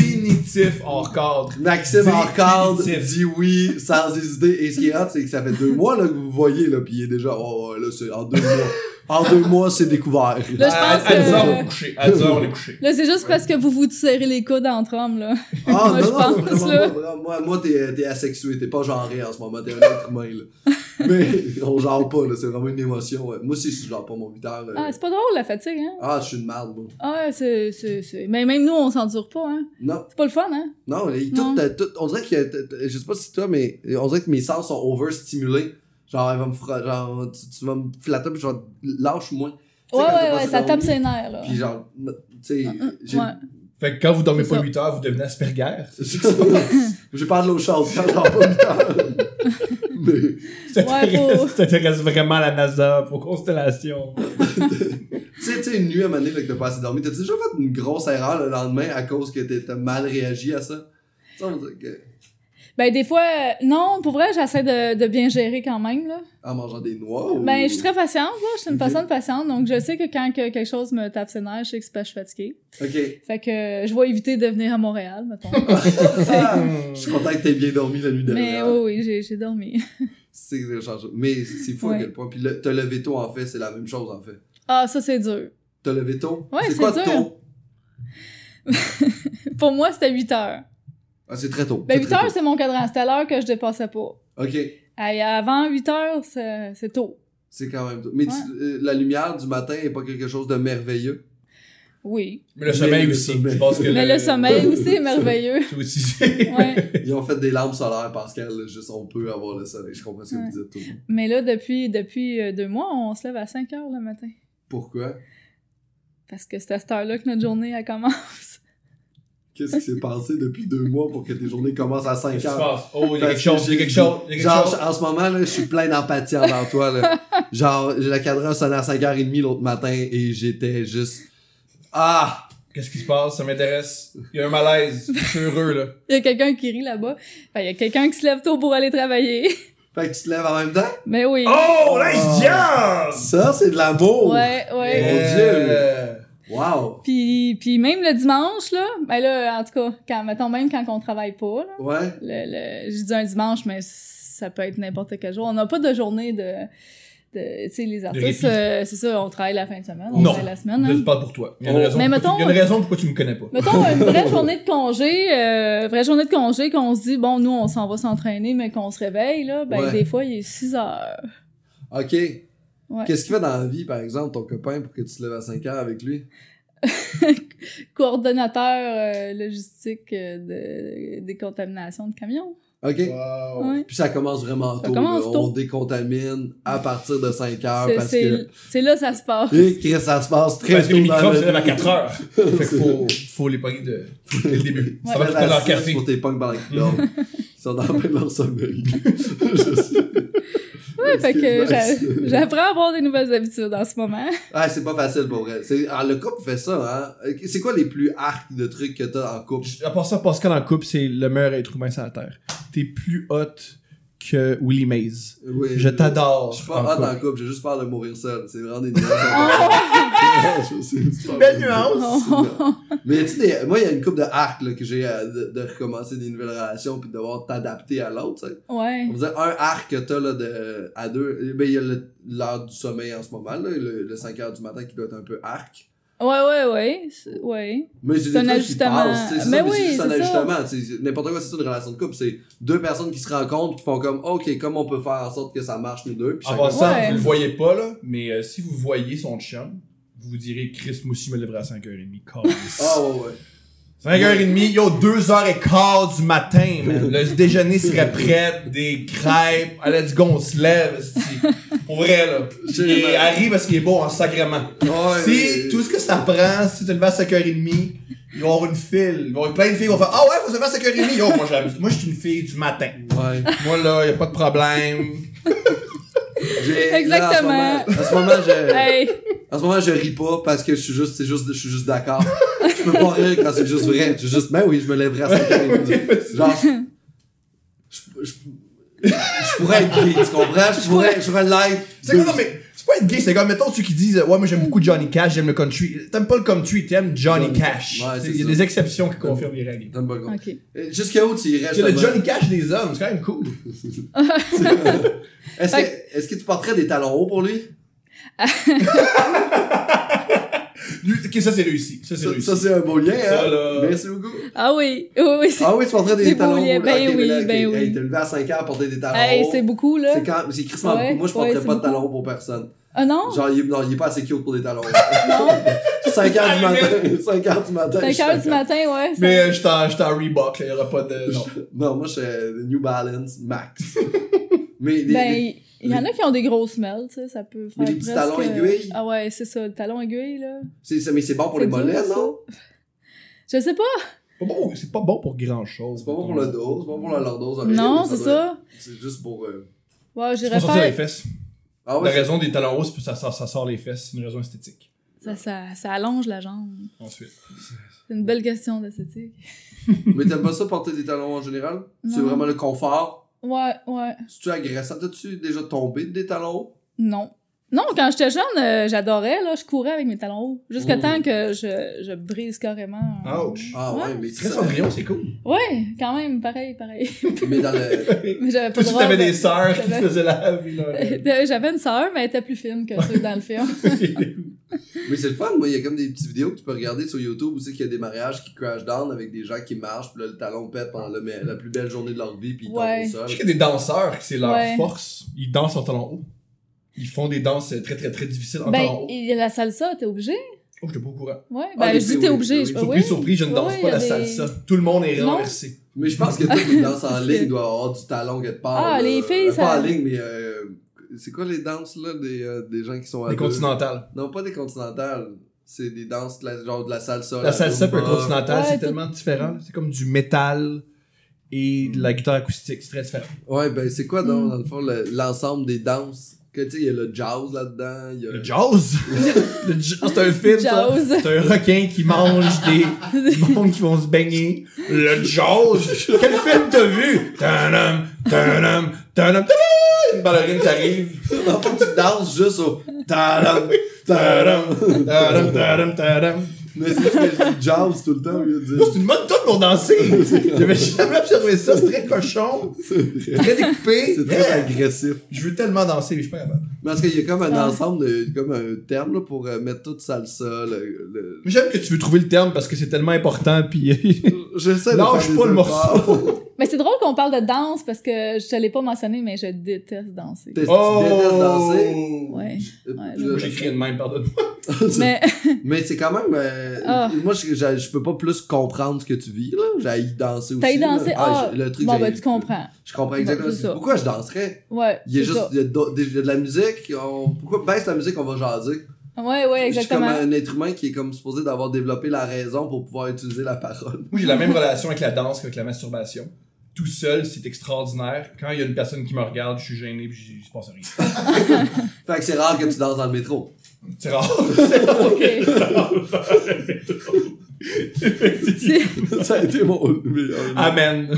définitif hors cadre.
Maxime Arcade
Définitif.
dit oui sans hésiter. Et ce qui est hot, c'est que ça fait deux mois là, que vous voyez, là, puis il est déjà. Oh, ouais, là, c'est en deux mois. En deux mois, c'est découvert.
Là, je pense
à, à 10 heures, on
que-
est couché. À 10 heures, on est couché.
Là, c'est juste parce que vous vous serrez les coudes entre hommes, là.
Ah,
Moi,
non, non,
je pense,
vraiment,
là.
moi, vraiment, moi, moi, t'es, t'es asexué, t'es pas genré en ce moment, t'es un être humain, là. Mais on genre pas, là, c'est vraiment une émotion. ouais. Moi aussi, je genre pas mon 8 heures. euh,
Ah, c'est pas drôle, la fatigue, hein?
Ah, je suis une marde, moi.
Ah, c'est, c'est, c'est... Mais même nous, on s'endure pas, hein?
Non,
C'est pas le fun, hein?
non, les-
Non.
tout, euh, tout- on dirait que, t- t- je sais pas si toi, mais euh, on dirait que mes sens sont overstimulés. Genre, elle va me fra- genre, tu, tu vas me flatter, puis genre, lâche-moi. Tu sais, quand
Ouais,
t'es
ouais,
pas
ouais,
sur
ça
ton
tape
lit,
ses nerfs, là.
Puis genre, tu sais, j'ai,
Ah, Ouais.
Fait que quand vous dormez
C'est
pas
ça.
8 heures, vous devenez Asperger.
j'ai pas de l'eau chaude quand j'en ai pas 8 heures. Mais-
Ça t'intéresse-
faut-
ça t'intéresse vraiment à la NASA, aux constellations.
Tu sais, tu sais, une nuit à un moment donné, là, que t'as pas assez dormi, t'as déjà fait une grosse erreur le lendemain à cause que t'as- t'as mal réagi à ça? Tu sais, on dirait que-
Ben, des fois, euh, non, pour vrai, j'essaie de, de bien gérer quand même, là.
En mangeant des noix? ou-
Ben, je suis très patiente, là. Je suis une
Oh. Ok.
personne patiente, donc je sais que quand que quelque chose me tape ses nerfs, je sais que c'est parce que je suis fatiguée.
Ok.
Fait que euh, je vais éviter de venir à Montréal, mettons.
Ah, je suis content que t'aies bien dormi la nuit
Mais
dernière.
oui, oui, j'ai, j'ai dormi.
C'est que ça change. Mais c'est fou à
Ouais.
quel point. Puis le, te lever tôt, en fait, c'est la même chose, en fait.
Ah, ça, c'est dur.
Te lever tôt?
Ouais,
c'est
c'est
quoi
dur.
tôt?
Pour moi, c'était 8 heures.
Ah, c'est très tôt.
Ben,
c'est
8
très
heures, c'est mon cadran. C'était l'heure que je dépassais pas.
tôt. Ok.
Hey, avant 8 heures, c'est, c'est tôt.
C'est quand même tôt. Mais tu- euh, la lumière du matin est pas quelque chose de merveilleux.
Oui.
Mais le sommeil
le
aussi.
sommeil.
Je pense que
Mais
euh,
le sommeil aussi est merveilleux.
Toi aussi, c'est-
Ouais.
Ils ont fait des lampes solaires, Pascal. là, Juste, on peut avoir le soleil. Je comprends ce que vous dites. tout le monde.
Mais là, depuis, depuis euh, deux mois, on se lève à 5 heures le matin.
Pourquoi?
Parce que c'est à cette heure-là que notre journée elle commence.
Qu'est-ce qui s'est passé depuis deux mois pour que tes journées commencent à 5
Qu'est-ce qui se
heures?
passe? Oh, il y a
Parce
quelque chose,
que
il y a quelque chose, il y a quelque
Genre,
chose.
en ce moment, là, je suis plein d'empathie envers toi. Là. Genre, le cadran sonnait à 5h30 l'autre matin et j'étais juste. Ah!
Qu'est-ce qui se passe? Ça m'intéresse. Il y a un malaise. Je suis heureux, là.
Il y a quelqu'un qui rit là-bas. Enfin, il y a quelqu'un qui se lève tôt pour aller travailler.
Fait que tu te lèves en même temps?
Mais oui.
Oh,
nice
jazz!
Ça, c'est de l'amour!
Ouais, ouais.
Yeah.
Euh,
Wow!
Puis, puis même le dimanche, là, ben là, en tout cas, quand, mettons, même quand on travaille pas, là,
Ouais?
le, le- je dis un dimanche, mais ça peut être n'importe quel jour. On n'a pas de journée de. de tu sais, les artistes,
répit.
euh, c'est ça, on travaille la fin de semaine, on
Non.
travaille la semaine.
Je
hein.
ne parle pour toi. Il y a une
Oh.
raison
Mais
pourquoi tu-
mettons-
il y a une raison pourquoi tu me connais pas.
Mettons une vraie journée de congé, euh, vraie journée de congé qu'on se dit, bon, nous, on s'en va s'entraîner, mais qu'on se réveille, là, ben
Ouais.
des fois, il est 6 heures.
Ok. Qu'est-ce qu'il fait dans la vie, par exemple, ton copain, pour que tu te lèves à 5h avec lui?
Coordonnateur euh, logistique euh, de, des contaminations de camions. hein.
Ok?
Wow.
Ouais.
Puis ça commence vraiment
Ça
tôt.
commence
là.
tôt.
On décontamine à partir de 5h
C'est-
Ah, parce
C'est
que.
c'est là que ça se passe.
Et que ça se passe très
Parce que
tôt
les
dans
microbes,
la
c'est lève à
vie.
4 heures. Fait qu'il faut, faut les pogner de, dès le début.
Ouais.
Ça va
Fais
tout
la
leur
sieste
café.
pour tes punks pendant qu'ils dorment. Ils sont dans le plein de leur sommeil. Je sais.
Ouais, fait que
Excuse-moi.
j'a- j'apprends à avoir des nouvelles habitudes en ce moment.
Ah, c'est pas facile pour vrai. C'est- ah, le couple fait ça, hein. C'est quoi les plus arcs de trucs que t'as en couple?
À part ça, Pascal en couple, c'est le meilleur être humain sur la Terre. T'es plus hot que Willie Mays.
Oui,
Je t'adore.
Euh, Je suis pas hot
en
en
couple.
couple, j'ai juste peur de mourir seul. C'est vraiment des nuances. Je sais, c'est pas
Belle
vrai.
nuance.
Mais tu sais, des- moi, il y a une couple de arcs là, que j'ai euh, de, de recommencer des nouvelles relations puis de devoir t'adapter à l'autre, tu sais.
ouais.
On veut dire, un arc que t'as là, de, à deux. Ben, il y a le- l'heure du sommeil en ce moment, là, le, 5 h du matin qui doit être un peu arc.
Ouais, ouais, ouais. C'est- Ouais.
Mais c'est
C'est
des
un
trucs
ajustement.
qui passent, tu sais, c'est
Mais
ça, mais
oui,
c'est juste un
c'est ça.
ajustement. tu sais, N'importe quoi, c'est ça, une relation de couple. C'est deux personnes qui se rencontrent qui font comme, OK, comment on peut faire en sorte que ça marche, nous deux. Puis
En
chacun-
passant,
Ouais.
vous le voyez pas, là, mais euh, si vous voyez son chum, vous vous direz Chris, moi aussi, je me lèverai à 5h30.
Ah, ouais, ouais.
5h30, yo, 2h15 du matin, man. Le déjeuner serait prêt, des crêpes. Allez, let's go, on se lève, esti. Pour vrai, là.
Sérieusement.
Et Harry, parce qu'il est beau en sacrement.
Ouais,
Si
mais-
tout ce que ça prend, si tu te leves à 5h30, il va y avoir une file. Il va y avoir plein de filles qui vont faire Ah ouais, faut se lever à 5h30. Yo, moi, j'aime- moi, je suis une fille du matin.
Ouais.
Moi, là, y a pas de problème.
J'ai-
Exactement.
là, en ce moment, en ce moment, je,
Hey,
en ce moment, je ris pas parce que je suis juste, c'est juste, je suis juste d'accord. je peux pas rire quand c'est juste vrai. Je suis juste, ben oui, je me lèverai à 5 h Genre, je, je, je, je pourrais être gay, tu comprends? Je pourrais, je pourrais l'être.
C'est quoi, non, mais c'est pas être gay, c'est comme, mettons, ceux qui disent, ouais, moi j'aime beaucoup Johnny Cash, j'aime le country. T'aimes pas le country, t'aimes Johnny
Johnny-
Cash.
Ouais, c'est
Il y a
ça.
des exceptions qui confirment les règles.
Donne pas compte.
ok.
Euh, Jusqu'à où tu irais?
C'est le
justement?
Johnny Cash des hommes, c'est quand même cool.
Est-ce que, est-ce que tu porterais des talons hauts pour lui?
Lui- ok, ça c'est réussi. Ça c'est
Ça,
réussi.
ça, c'est un beau lien,
Ça,
hein?
là.
Merci beaucoup.
Ah oui, oui, oui. c'est-
Ah oui, tu porterais des,
Des beaux
talons hauts.
liens. Ben
Ok,
oui,
là, ok.
ben oui.
Hey, t'es levé à 5 h porter des talons
Hey,
hauts.
c'est beaucoup, là.
Ah, oh. C'est quand c'est crissement
Ouais,
beaucoup. Moi, je
ouais,
porterais
c'est
pas de
beaucoup.
talons hauts pour personne.
Ah non?
Genre, il, est- non, il est pas assez cute pour des talons hauts.
Non.
5 h du matin. 5 h du matin.
5
je
heures du
suis
matin, ouais. ça-
Mais euh, j'étais en, j'étais en Reebok, là, y'aura pas de. Non.
d'accord. Non, moi, je suis euh, New Balance Max. Mais les,
ben,
les-
il y en a qui ont des grosses mêles, tu sais, ça peut faire
Mais les petits
presque-
talons aiguilles?
Ah ouais, c'est ça, le talon aiguille, là.
c'est, c'est- mais c'est bon pour
C'est
les
dur,
mollets,
ça.
non?
Je sais pas.
C'est pas bon- C'est pas bon pour grand chose.
C'est pas bon pour le dos, c'est pas pour la lordose. oreiller,
non,
mais
c'est
Ah, doit être-
ça.
C'est juste pour. euh,
Ouais,
C'est
j'irais
pour sortir les
faire...
fesses.
Ah
La
ouais,
raison des talons hauts, c'est que ça, ça, ça sort les fesses. C'est une raison esthétique.
Ça, ça, ça allonge la jambe.
Ensuite.
C'est une belle question d'esthétique.
c'est- mais t'aimes pas ça porter des talons en général? C'est
Non.
vraiment le confort.
Ouais, ouais.
C'est-tu agressant? T'as-tu déjà tombé de des talons hauts?
Non. Non, quand j'étais jeune, euh, j'adorais, là, je courais avec mes talons hauts. Jusqu'à
Ouh.
temps que je, je brise carrément. euh,
Ouch.
Ah ouais,
Ouais.
mais
C'est très
c'est
cendrillon, c'est cool.
Ouais, quand même, pareil, pareil.
Mais dans le.
Mais j'avais pas
Toi,
le
tu
droit,
t'avais
ben,
des sœurs qui
j'avais-
te faisaient la vie, là.
J'avais une sœur, mais elle était plus fine que ceux dans le film.
Mais c'est le fun, moi, il y a comme des petites vidéos que tu peux regarder sur YouTube où c'est qu'il y a des mariages qui crash down avec des gens qui marchent, puis là, le talon pète pendant le- mais- la plus belle journée de leur vie, puis ils tombent
Ouais.
au
Je sais
sol.
qu'il y a des danseurs que c'est leur
Ouais.
force. Ils dansent en talons hauts. Ils font des danses euh, très, très, très difficiles en
Ben,
talons hauts.
il y a la salsa, t'es obligé.
Oh, j'étais pas au courant.
Ouais,
Ah,
ben,
les
je
filles,
dis t'es
oui,
obligé.
oui,
je-
oui.
ben
Surprise,
oui.
surprise, je ne
Ouais,
danse
ouais,
pas
il y a
la
des-
salsa. Tout le monde est
Non.
renversé.
Mais je pense que toutes les danses en ligne doivent avoir du talon quelque part.
Ah,
là.
les filles,
Euh, Pas
ça-
en ligne, mais. euh, c'est quoi les danses, là, des, euh, des gens qui sont à
Les
deux?
continentales.
Non, pas des continentales. C'est des danses, la- genre de la salsa.
La salsa
rumba.
pour le continental,
Ouais,
c'est
tout-
tellement différent. là. C'est comme du métal et de la guitare acoustique. C'est très différent.
Ouais, ben, c'est quoi, donc,
Mm.
dans le fond, le- l'ensemble des danses? Que, tu sais, il y a le jazz là-dedans. il Y a...
Le jazz! Euh, Le jazz, c'est un film, ça.
Jaws.
C'est un requin qui mange des du monde qui vont se baigner. Le jazz! Quel film t'as vu? Tanam, tanam, tanam, tanam! Une ballerine qui arrive.
Dans le fond, tu danses juste au. Talon! Talon!
Tadam, tadam, tadam, tadam.
Mais c'est juste que je dis jazz tout le temps au lieu de dire.
C'est une mode toute pour danser. J'avais jamais observé ça. C'est très cochon, très découpé.
C'est très
Yeah.
agressif.
Je veux tellement danser, mais je suis pas capable.
Parce qu'il y a comme un
Ah.
ensemble, de, comme un terme là, pour euh, mettre toute salsa. Le, le...
Mais J'aime que tu veux trouver le terme parce que c'est tellement important. Puis
J'essaie de
Lâche
faire des
pas le
efforts.
Mais c'est drôle qu'on parle de danse parce que je te l'ai pas mentionné, mais je déteste danser.
T'es- Tu détestes danser.
Ouais.
Euh,
Oh! Ouais,
je-
Oh! Moi, J'écris une même, pardonne.
Mais
Mais c'est quand même. euh,
Ah.
Moi, je, je, je peux pas plus comprendre ce que tu vis. là. J'ai danser aussi.
t'as eu
là.
dansé.
Ah,
Ah,
je- le truc,
bon,
j'ai-
ben, tu comprends.
Je comprends exactement.
Bon, c'est ça.
Pourquoi je danserais
Ouais.
Il y a
c'est
juste
ça.
il y a d'autres- il y a de la musique. On... Pourquoi baisse la musique, on va jaser.
Ouais, ouais,
Je suis
exactement.
comme un être humain qui est comme supposé d'avoir développé la raison pour pouvoir utiliser la parole.
Moi, j'ai la même relation avec la danse qu'avec la masturbation. Tout seul, c'est extraordinaire. Quand il y a une personne qui me regarde, je suis gêné puis je- je pense à rien.
Fait que c'est rare que tu danses dans le métro.
C'est rare. C'est rare.
Ok. C'est-
ça a été mon meilleur.
Amen.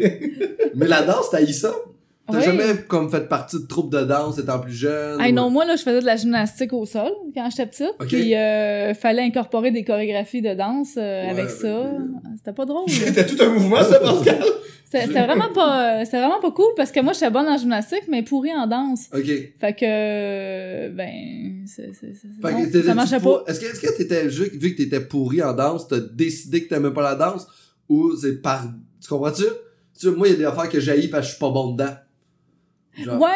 Mais la danse, t'as eu ça? T'as
Ouais.
jamais comme fait partie de troupe de danse étant plus jeune?
Hey,
ou-
non, moi, là, je faisais de la gymnastique au sol quand j'étais petite.
Ok.
Puis, euh, fallait incorporer des chorégraphies de danse euh,
Ouais,
avec ça.
ben,
C'était pas drôle.
C'était tout un mouvement, ça, Pascal.
C'était c'était vraiment pas, euh, c'était vraiment pas cool parce que moi, j'étais bonne en gymnastique, mais pourrie en danse.
Ok. Fait
Fait que, euh, ben, c'est- c'est- c'est-
que
non,
t'étais-tu
ça marchait
pour-
pas.
Est-ce que, est-ce que t'étais, ju- vu que t'étais pourri en danse, t'as décidé que t'aimais pas la danse? Ou c'est par. Tu comprends-tu? Tu vois, moi, il y a des affaires que j'haïs parce que je suis pas bon dedans. Genre,
Ouais,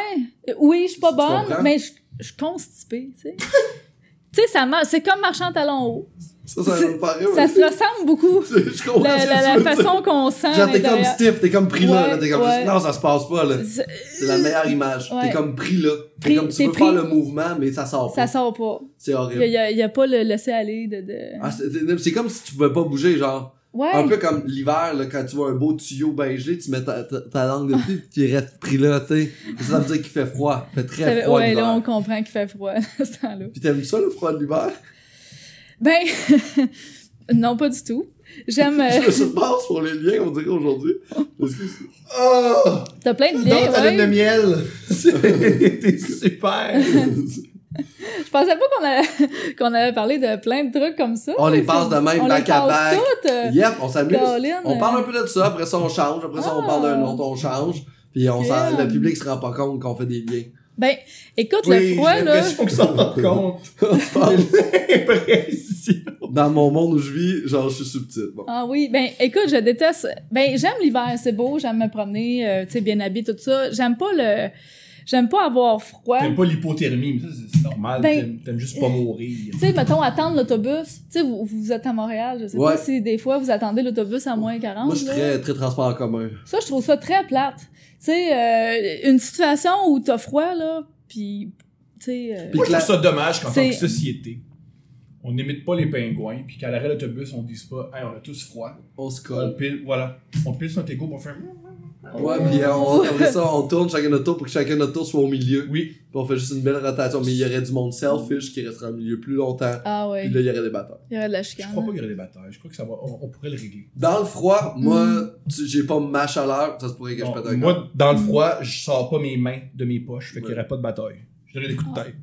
euh, oui, je suis pas
Tu
bonne,
comprends?
mais je je suis constipée, tu sais. Tu sais, ça mar- c'est comme marcher en talons hauts.
Ça, ça
C'est-
me paraît.
Ça
ouais.
se ressemble beaucoup.
Je comprends
La,
ce que
la-
tu
la
veux dire.
façon qu'on sent. à
Genre, t'es comme
l'intérieur.
stiff, t'es comme pris là,
Ouais,
là, t'es comme
ouais.
non, ça se passe pas, là.
C'est-
C'est la meilleure image.
Ouais.
T'es comme pris là.
Pris,
T'es comme
t'es
tu veux
pris.
faire le mouvement, mais ça sort
Ça
pas.
sort pas.
C'est
Il y a,
horrible.
y a- y a pas le laisser-aller de. de-
Ah, c'est- c'est c'est comme si tu pouvais pas bouger, genre.
Ouais.
Un peu comme l'hiver, là, quand tu vois un beau tuyau bien gelé, tu mets ta, ta, ta langue dessus, puis tu restes pris là, tu sais. Ça, ça veut dire qu'il fait froid. Il fait
Ça
très
fait-
froid
ouais,
l'hiver.
là, on comprend qu'il fait froid à ce temps-là.
Puis t'aimes ça, le froid de l'hiver?
Ben, non, pas du tout. J'aime.
Je me
euh,
surpasse pour les liens, on dirait aujourd'hui. Parce que c'est-
Oh!
T'as plein de liens,
Dans ta lune de
ouais.
miel! C'est- T'es super!
Je pensais pas qu'on allait, qu'on allait parler de plein de trucs comme ça.
on les
C'est-
passe de même,
on les
back à
passe
back.
toutes. euh,
Yep, on s'amuse.
Caroline,
On parle un peu de ça, après ça on change, après ça on
Ah.
parle d'un autre, on change. Puis on s'en-
Bien.
le public se rend pas compte qu'on fait des liens.
Ben, écoute,
Oui,
le
j'ai
froid, là. Ah.
l'impression que ça rend compte.
On se parle.
Impression.
Dans mon monde où je vis, genre je suis subtil. Bon.
Ah oui, ben écoute, je déteste. Ben j'aime l'hiver, c'est beau, j'aime me promener, euh, tu sais, bien habillé, tout ça. J'aime pas le. J'aime pas avoir froid.
T'aimes pas l'hypothermie, mais ça c'est- c'est normal.
Ben-
T'aimes- T'aimes juste pas mourir.
Tu sais, mettons, attendre l'autobus. Tu sais, vous, vous êtes à Montréal, je sais
Ouais.
pas si des fois vous attendez l'autobus à moins 40.
Moi je suis
là.
très, très transport en commun.
Ça, je trouve ça très plate. Tu sais, euh, une situation où t'as froid, là, puis, tu sais... euh,
Puis
Moi, je
que
trouve ça dommage qu'en tant que
C'est-
société, on n'imite pas les pingouins, puis qu'à l'arrêt de l'autobus, on dise pas, hey, on a tous froid.
On se
On
colle.
pile, voilà. On pile sur notre égo pour faire. hmm.
Ouais, puis euh, on, après ça, on tourne chacun notre tour pour que chacun notre tour soit au milieu. Puis
Oui.
on fait juste une belle rotation. Mais il y aurait du monde selfish qui resterait au milieu plus longtemps.
Ah ouais,
Puis
il
là, il y aurait des batailles.
y aurait de la
Je
chicane.
crois pas qu'il y aurait des batailles. Je crois que ça va. On, on pourrait le régler.
Dans le froid, moi,
Mm.
tu- j'ai pas ma chaleur. Ça se pourrait que
Non,
je pète un câble.
moi, dans le froid, je sors pas mes mains de mes poches, fait qu'il y
Ouais.
aurait pas de bataille. Je donnerais des coups de tête.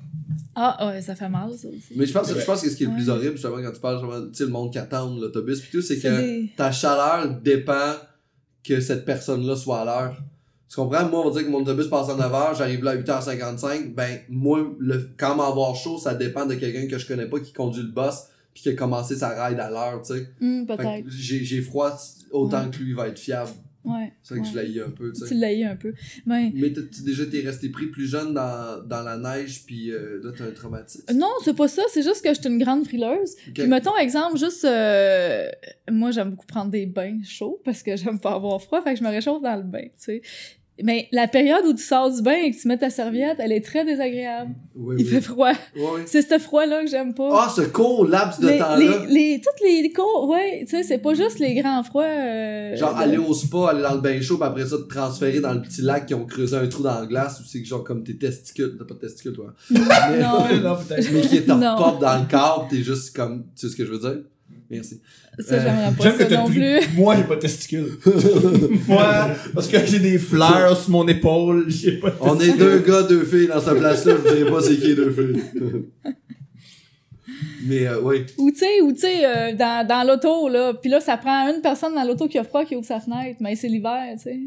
Ah ouais, ça fait mal, ça aussi.
Mais je pense, je pense que ce qui est le plus
Ouais.
horrible, justement, quand tu parles, justement, tu sais, le monde qui attend l'autobus, puis tout, c'est
C'est
que.
des-
ta chaleur dépend que cette personne-là soit à l'heure. Tu comprends? Moi, on va dire que mon autobus passe à 9h, j'arrive là à 8h55. Ben, moi, le, quand m'avoir chaud, ça dépend de quelqu'un que je connais pas qui conduit le boss puis qui a commencé sa ride à l'heure, tu sais.
Hum,
Fait que
peut-être,
J'ai j'ai froid autant que lui va être fiable.
ouais.
C'est vrai que
Ouais.
je l'ai un peu, tu
Tu
sais.
l'as eu un peu. Ben,
Mais t'as- tu déjà t'es resté pris plus jeune dans, dans la neige puis euh, là t'as un traumatisme.
non, c'est pas ça, c'est juste que je suis une grande frileuse.
Ok.
Puis mettons exemple juste euh, moi j'aime beaucoup prendre des bains chauds parce que j'aime pas avoir froid, fait que je me réchauffe dans le bain, tu sais. Mais la période où tu sors du bain et que tu mets ta serviette, elle est très désagréable.
Oui,
Il
oui.
fait froid.
Ouais, ouais.
C'est ce froid là que j'aime pas.
Ah, ce court laps de
les,
temps-là.
les, les- toutes les cours, ouais, tu sais, c'est pas juste les grands froids. euh,
Genre
de-
aller au spa, aller dans le bain chaud, puis après ça te transférer dans le petit lac qui ont creusé un trou dans la glace, ou c'est que genre comme tes testicules, t'as pas de testicules toi. hein? mais,
Non.
Ouais, Ah, non, peut-être.
mais qui est en
Non.
pop dans le corps, t'es juste comme, tu sais ce que je veux dire? Merci.
Ça, j'aimerais pas
J'aime que
ça
t'as
non plus.
pris. Moi, j'ai pas de testicules. Moi, parce que j'ai des fleurs sur mon épaule, j'ai pas de
On est deux gars, deux filles dans cette place-là, je dirais pas c'est qui les deux filles. mais euh, oui,
Ou tu sais, ou tu sais, euh, dans, dans l'auto, là. Puis là, ça prend une personne dans l'auto qui a froid qui ouvre sa fenêtre, mais c'est l'hiver, tu sais.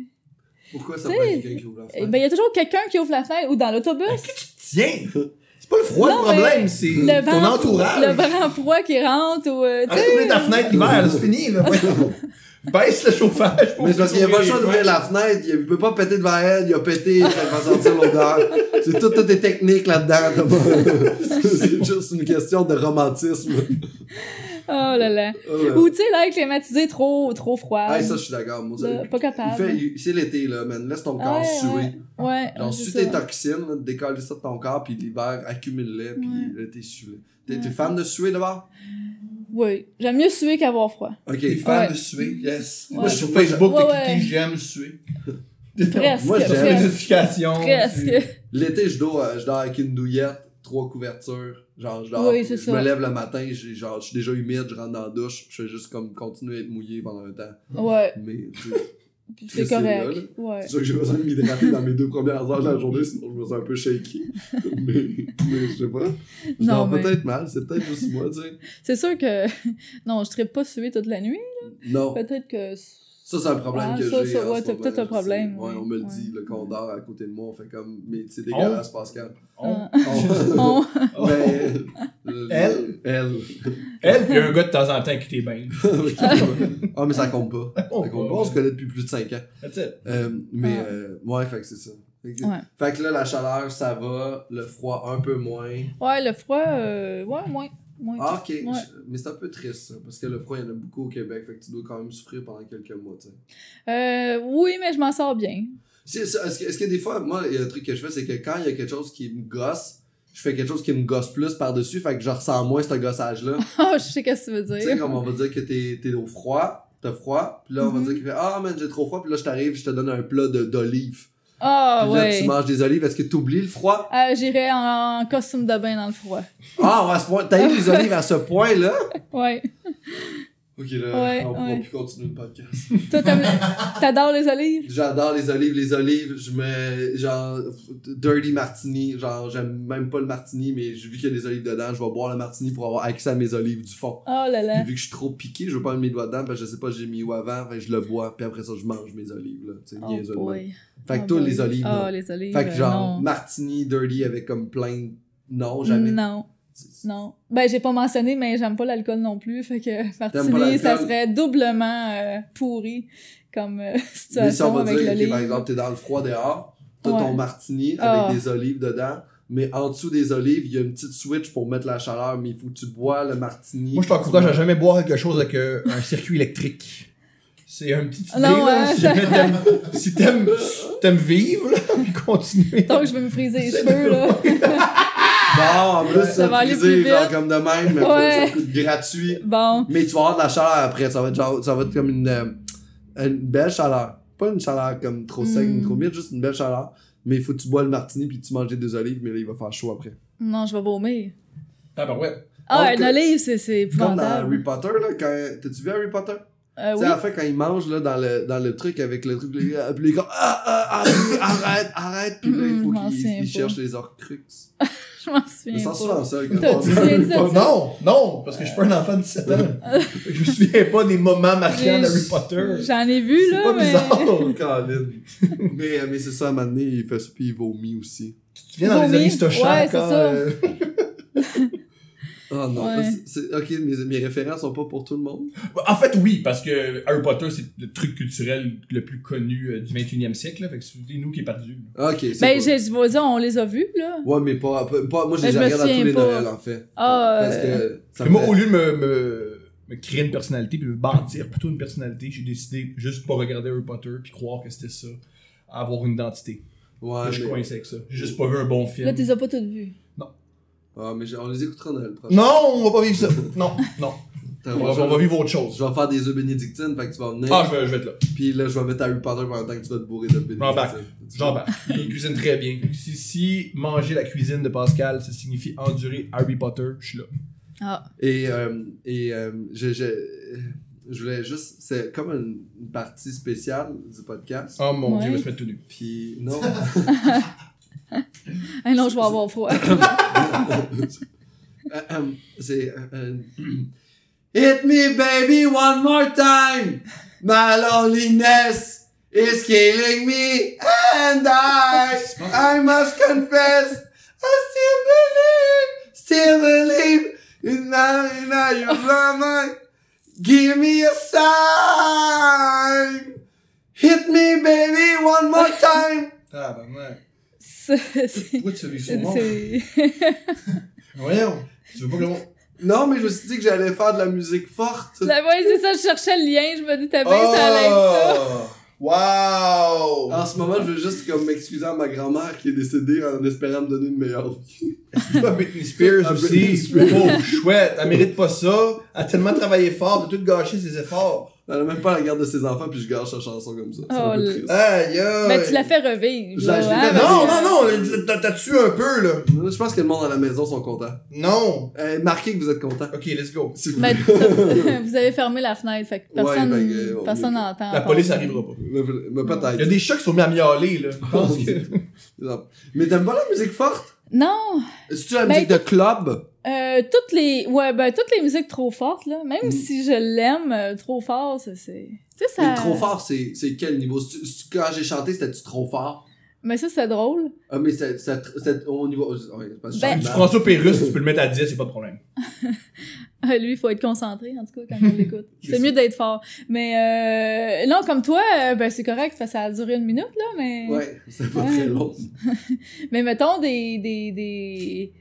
pourquoi ça
Tu
peut
sais,
être quelqu'un qui ouvre la
Eh
fenêtre?
Ben, il y a toujours quelqu'un qui ouvre la fenêtre ou dans l'autobus.
Tiens! C'est pas le froid
Non,
le problème,
mais
c'est
Le
ton
vent,
entourage.
le vent froid qui rentre ou. euh, tu sais,
Arrête d'ouvrir ta fenêtre l'hiver, là, c'est fini. Là. voyons. Baisse le chauffage. pour
Mais c'est parce qu'il y a pas le choix d'ouvrir
ouvrir
la fenêtre, il peut pas péter devant elle, il a pété, il va sentir l'odeur. C'est tout, tout est technique là-dedans. t'as pas- c'est juste une question de romantisme.
Oh là là.
Oh là là.
Ou tu sais, là, climatisé trop, trop froid.
Ah, ça, je suis d'accord. Moi, ça-
pas capable.
il fait, il- c'est l'été, là, man. Laisse ton corps
Ouais,
suer.
ouais. Ouais.
Genre,
c'est
sue
ça.
tes toxines, là, décolle ça de ton corps, puis l'hiver, accumule-les, puis
Ouais.
là, t'es sué. T'es,
Ouais.
t'es fan de suer d'abord?
Oui. J'aime mieux suer qu'avoir froid.
Ok.
T'es fan
Ouais.
de suer, yes.
Ouais.
Moi, je suis sur Facebook,
Ouais,
t'écris
ouais.
j'aime suer.
Presque.
Moi,
T'as
j'aime.
des
presque.
notifications.
Presque.
L'été, je dors, euh, je dors avec une douillette, trois couvertures. Genre, je dors.
Oui, c'est
je
ça.
me lève le matin, j'ai, genre, je suis déjà humide, je rentre dans la douche, je fais juste comme continuer à être mouillé pendant un temps.
Ouais.
Mais, tu sais,
puis
Puis
C'est
c'est là,
correct.
là.
Ouais.
c'est sûr que j'ai besoin de m'hydrater dans mes deux premières heures de la journée, sinon je me sens un peu shaky. mais, mais je sais pas. Je
Non,
dors
mais-
peut-être mal, c'est peut-être juste moi, tu sais.
C'est sûr que. Non, je ne pas suer toute la nuit.
Non.
Peut-être que.
Ça, c'est un problème
Ah,
que
ça,
j'ai.
ça,
en
ouais,
ce
t'as
moment,
peut-être un
je
problème,
sais. Ouais,
oui.
on me le
Ouais.
dit, le condor à côté de moi, on fait comme. Mais c'est dégueulasse, Pascal.
On-
Ah. On-
Mais.
Elle?
Elle.
Elle, puis un gars de temps en temps qui t'est bien.
Euh, Ah, mais ça compte pas. Ça compte pas, on se connaît depuis plus de 5 ans.
That's it.
Euh, mais,
Ah.
euh, ouais, fait que c'est ça. Fait que,
Ouais.
fait que là, la chaleur, ça va. Le froid, un peu moins.
Ouais, le froid, euh, ouais, moins. moins
Ah, ok.
Ouais.
Je- Mais c'est un peu triste, ça, parce que le froid, il y en a beaucoup au Québec. Fait que tu dois quand même souffrir pendant quelques mois, tu sais.
Euh, oui, mais je m'en sors bien.
C'est ça, Est-ce que, est-ce que des fois, moi, il y a un truc que je fais, c'est que quand il y a quelque chose qui me gosse, je fais quelque chose qui me gosse plus par-dessus, fait que je ressens moins ce gossage-là.
Ah, je sais qu'est-ce que tu veux
tu sais,
dire.
comme on va dire que t'es t'es au froid, t'as froid, puis là, on
Mhm.
va dire qu'il fait Ah, man, j'ai trop froid, puis là, je t'arrive, je te donne un plat de- d'olives.
Ah,
puis là,
ouais.
tu manges des olives, est-ce que t'oublies le froid
Euh, J'irai en, en costume de bain dans le froid.
Ah, ouais, à ce point, t'as eu les olives à ce point-là
Ouais.
Ok, là,
Ouais,
on pourra
ouais.
plus continuer le podcast.
Toi, t'aimes les- t'adores les olives?
J'adore les olives, les olives, je mets genre dirty martini, genre j'aime même pas le martini mais j'ai vu qu'il y a des olives dedans, je vais boire le martini pour avoir accès à mes olives du fond.
Oh là là.
Puis vu que je suis trop piqué, je veux pas mettre mes doigts dedans parce que je sais pas j'ai mis où avant, fait que je le bois puis après ça je mange mes olives là, tu sais,
Oh
niaiseux de même.
boy.
Fait que
Oh
toi
boy.
les olives
Ah,
non.
les olives.
Fait que
euh,
genre
non.
martini dirty avec comme plein de- non, jamais.
Non, non. Ben, j'ai pas mentionné, mais j'aime pas l'alcool non plus. Fait que
l'alcool?
Martini, ça serait doublement euh, pourri comme euh,
Mais si on
situation
va
avec
dire
l'olive.
ok, par exemple t'es dans le froid dehors, t'as
Ouais.
ton martini
Ah.
avec des olives dedans. Mais en dessous des olives, il y a une petite switch pour mettre la chaleur, mais il faut que tu bois le martini.
Moi, je t'encourage à jamais boire quelque chose avec euh, un circuit électrique. C'est un petit idée,
Ah Non,
là,
ouais,
si
ça-
jamais t'aimes, si t'aimes, t'aimes vivre, là, puis continuer.
Donc, je vais me friser les cheveux, là.
Bon, en plus,
Ouais.
ça
Ça va
va
aller plus
genre
vite.
comme de même, mais
Ouais.
ça coûte gratuit.
Bon.
Mais tu vas avoir de la chaleur après, ça va être, genre, ça va être comme une, euh, une belle chaleur. Pas une chaleur comme trop sec,
Mm.
ni trop humide, juste une belle chaleur. Mais il faut que tu bois le martini puis tu manges des deux olives, mais là, il va faire chaud après.
Non, je vais vomir.
Ah, bah ouais.
Ah,
Donc,
une
euh,
olive, c'est c'est
Comme dans Harry
épouvantable.
Potter, là, quand... T'as-tu vu Harry Potter?
Euh,
tu sais,
oui.
à la fin, quand il mange, là, dans le, dans le truc, avec le truc, les gars, puis les gars, ah, ah, ah, arrête, arrête, puis là, il
Mm,
faut
je m'en
qu'il
souviens
il
pas.
cherche les Horcruxes.
Je m'en
Mais
souviens
sans
pas.
souvent ça,
T'as-
quand
tu viens de dire ça?
Non, non, parce que je suis pas un enfant de 17 ans. je me souviens pas des moments marquants
J'ai-
d'Harry Potter.
J'en ai vu,
C'est
là,
pas
mais...
bizarre.
Caroline. Oh, mais, euh, mais c'est ça, à un moment donné, il fait ça, puis il vomit aussi.
Tu viens dans les
Vomi.
Aristochats
Ouais, c'est
quand.
ça.
euh,
Oh non,
Ouais.
c'est- c'est- ok, mes, mes références sont pas pour tout le monde.
Bah, En fait, oui, parce que Harry Potter, c'est le truc culturel le plus connu euh, du 21e siècle. là, fait que c'est nous qui est perdu.
Ok, c'est
Ben,
pas-
j'ai- je vais dire, on les a vus, là.
Ouais, mais pas, pas- pas- moi, je
Ben,
les
je me
regarde à tous
souviens
les
pas.
Noëls, en fait.
Ah,
Parce que ça
Mais moi,
me fait-
au lieu de me, me, me créer une personnalité puis me bâtir plutôt une personnalité, j'ai décidé juste de pas regarder Harry Potter puis croire que c'était ça, avoir une identité.
Ouais,
je suis
mais-
coincé avec ça. J'ai juste pas vu un bon film.
Là, tu les as pas toutes vues.
Ah, mais j'ai- on les écoutera Noël prochain.
non, on va pas vivre ça. Non, non.
T'as
on, va,
raison.
on va vivre autre chose.
Je vais faire des œufs bénédictines, fait que tu vas venir.
Ah, je vais, je vais être là.
Puis là, je vais mettre Harry Potter pendant que tu vas te bourrer d'œufs
J'embarque.
bénédictines.
J'en bats. Il cuisine très bien. Si, si manger la cuisine de Pascal, ça signifie endurer Harry Potter, je suis là.
Ah.
Et, euh, et euh, je, je, je voulais juste. C'est comme une, une partie spéciale du podcast.
Oh mon
Ouais.
dieu, je vais se mettre tout nu.
Puis, non.
Ah non, je vais avoir froid.
Euh, euh, C'est. euh, euh, Hit me, baby, one more time! My loneliness is killing me, and I, I must confess, I still believe, still believe, in now, in now, you are mine. Give me a sign! Hit me, baby, one more time!
Ah, ben ouais.
C'est... c'est-
Pourquoi tu fais vivre sur le monde?
c'est-
Voyons. Tu veux pas que le monde.
Non, mais je me suis dit que j'allais faire de la musique forte.
Là, ouais, c'est ça, je cherchais le lien, je me dis, t'as bien, Ah ben, ça allait être ça.
Oh! Wow!
En ce moment, je veux juste comme m'excuser à ma grand-mère qui est décédée en espérant me donner une meilleure vie.
C'est pas Britney Spears
Ah,
aussi.
Britney Spears.
Oh, chouette, elle mérite pas ça. Elle a tellement travaillé fort, de tout gâcher ses efforts.
Elle a même pas la garde de ses enfants, puis je gâche sa chanson comme ça. C'est un
Oh,
peu
le-
triste.
Aïe, aïe.
Ben, tu l'as fait revivre.
Oh! Je
là,
l'ai- je l'ai
hein,
fait-
parce
Non,
que-
non, non, t'as- t'as tué un peu, là.
Euh, Je pense que le monde à la maison sont contents.
Non.
Euh, marquez que vous êtes contents.
Ok, let's go.
s'il vous
Ben,
plaît.
t'as- vous avez fermé la fenêtre, fait que
Ouais,
personne
fait que, euh, on
personne
est-
n'entend.
La police arrivera pas.
Mais- mais
Il y a
peut-être.
des chats qui sont mis à miauler, là. Je pense que.
Non. Mais t'aimes pas la musique forte?
Non,
C'est-tu la
Ben,
musique de club?
euh, toutes les ouais ben toutes les musiques trop fortes là, même
Mm.
si je l'aime euh, trop fort, ça, c'est tu sais ça
Mais trop fort, c'est c'est quel niveau? C'est-tu- c'est-tu- Quand j'ai chanté, c'était-tu trop fort?
Mais ça c'est drôle.
Ah, mais c'est- c'est c'est au niveau... ouais, parce que je
Ben-
chante
Tu
mal.
prends ça au Pérus, tu peux le mettre à 10, c'est pas de problème.
Euh, lui, il faut être concentré en tout cas quand on l'écoute.
C'est
c'est mieux d'être fort. Mais euh, non, comme toi, euh, ben, c'est correct, parce que ça a duré une minute, là, mais.
Ouais, c'est pas
Ouais.
très long.
Mais mettons des. des, des...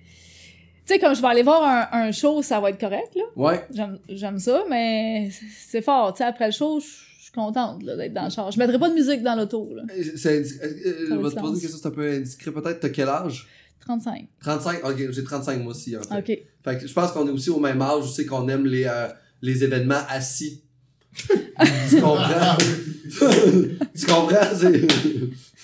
Tu sais, comme je vais aller voir un, un show, ça va être correct, là.
Ouais,
J'aime- J'aime ça, mais c'est fort. Tu sais, après le show, je je suis contente là, d'être dans le char. Je mettrai pas de musique dans l'auto, là.
c'est indi- euh,
Ça
je
va
vais
du
te poser
sens.
une question, c'est un peu indiscret peut-être. T'as quel âge
35.
35, ok, j'ai 35 moi aussi en fait.
OK.
Fait que je pense qu'on est aussi au même âge, je sais qu'on aime les, euh, les événements assis. tu comprends? tu comprends? C'est,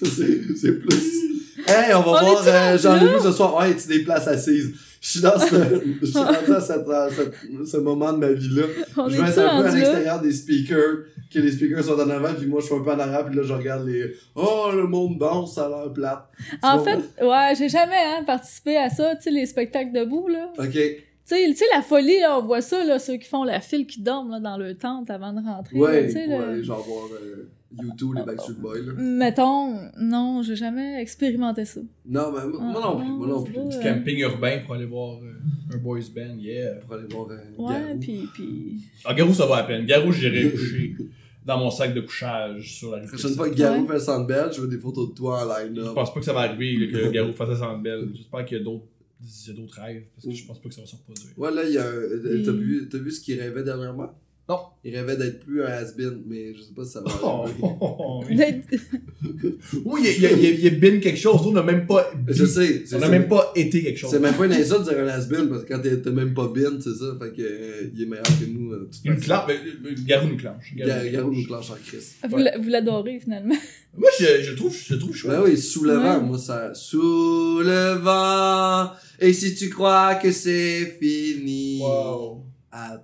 c'est, c'est plus. Hey, on va
On
voir
est-tu
euh,
rendu
Jean-Louis
là?
ce soir. Ouais, tu des places assises. Je suis dans ce, je suis rendu à cette- à cette- ce moment de ma vie-là.
On
je
est-tu
vais être un peu à
rendu là?
l'extérieur des speakers, que les speakers sont en avant, puis moi je suis un peu en arrière, puis là je regarde les Oh, le monde danse, ça a l'air plate. Tu
En
comprends?
fait, ouais, j'ai jamais hein, participé à ça, tu sais, les spectacles debout, là.
Ok.
Tu sais, tu sais, la folie, là, on voit ça, là, ceux qui font la file qui dorment, là, dans leur tente avant de rentrer, là,
Ouais,
tu sais,
pour
là.
aller genre voir euh, U2, les Backstreet Boys. Là.
Mettons, non, j'ai jamais expérimenté ça.
Non, mais moi, moi
Ah,
non plus, moi non
tu
plus.
vois,
Tu
euh,
Camping urbain pour aller voir euh, un boys band, yeah.
pour aller voir euh,
Ouais,
Garou.
puis puis
Ah, Garou, ça va à peine. Garou, j'irai coucher dans mon sac de couchage sur la
La
rive.
prochaine
Je
fois que Garou
Ouais.
fait le Centre Bell, je veux des photos de toi en line-up.
pense pas que ça va arriver là, que Garou fasse ça sans belle. J'espère qu'il y a d'autres il y a d'autres rêves parce que je pense pas que ça va se reproduire.
Ouais, là, il y a un- euh, T'as
Et-
vu, t'as vu ce qu'il rêvait dernièrement?
Non.
Il rêvait d'être plus un has-been, mais je sais pas si ça va.
Oh,
arriver.
oh, oh, oh.
D'être-
Oui, il y a, il y a- il y a bin quelque chose. On n'a même pas.
Je sais. c'est-
on n'a
c'est-
même pas été quelque chose.
C'est même pas une insulte de dire un has-been, parce que quand t'es- t'as même pas been, c'est ça. Fait que euh, il est meilleur que nous. euh, de toute
Il nous
façon.
clenche. mais- mais euh, Garou nous clenche.
Ga- Garou nous clenche en crise.
vous
Ouais.
l'a- vous l'adorez finalement.
Moi, je, je trouve, je trouve chouette.
Ben oui, sous le
Ouais.
vent, moi ça. Sous le vent, et si tu crois que c'est fini.
Wow.
Attends.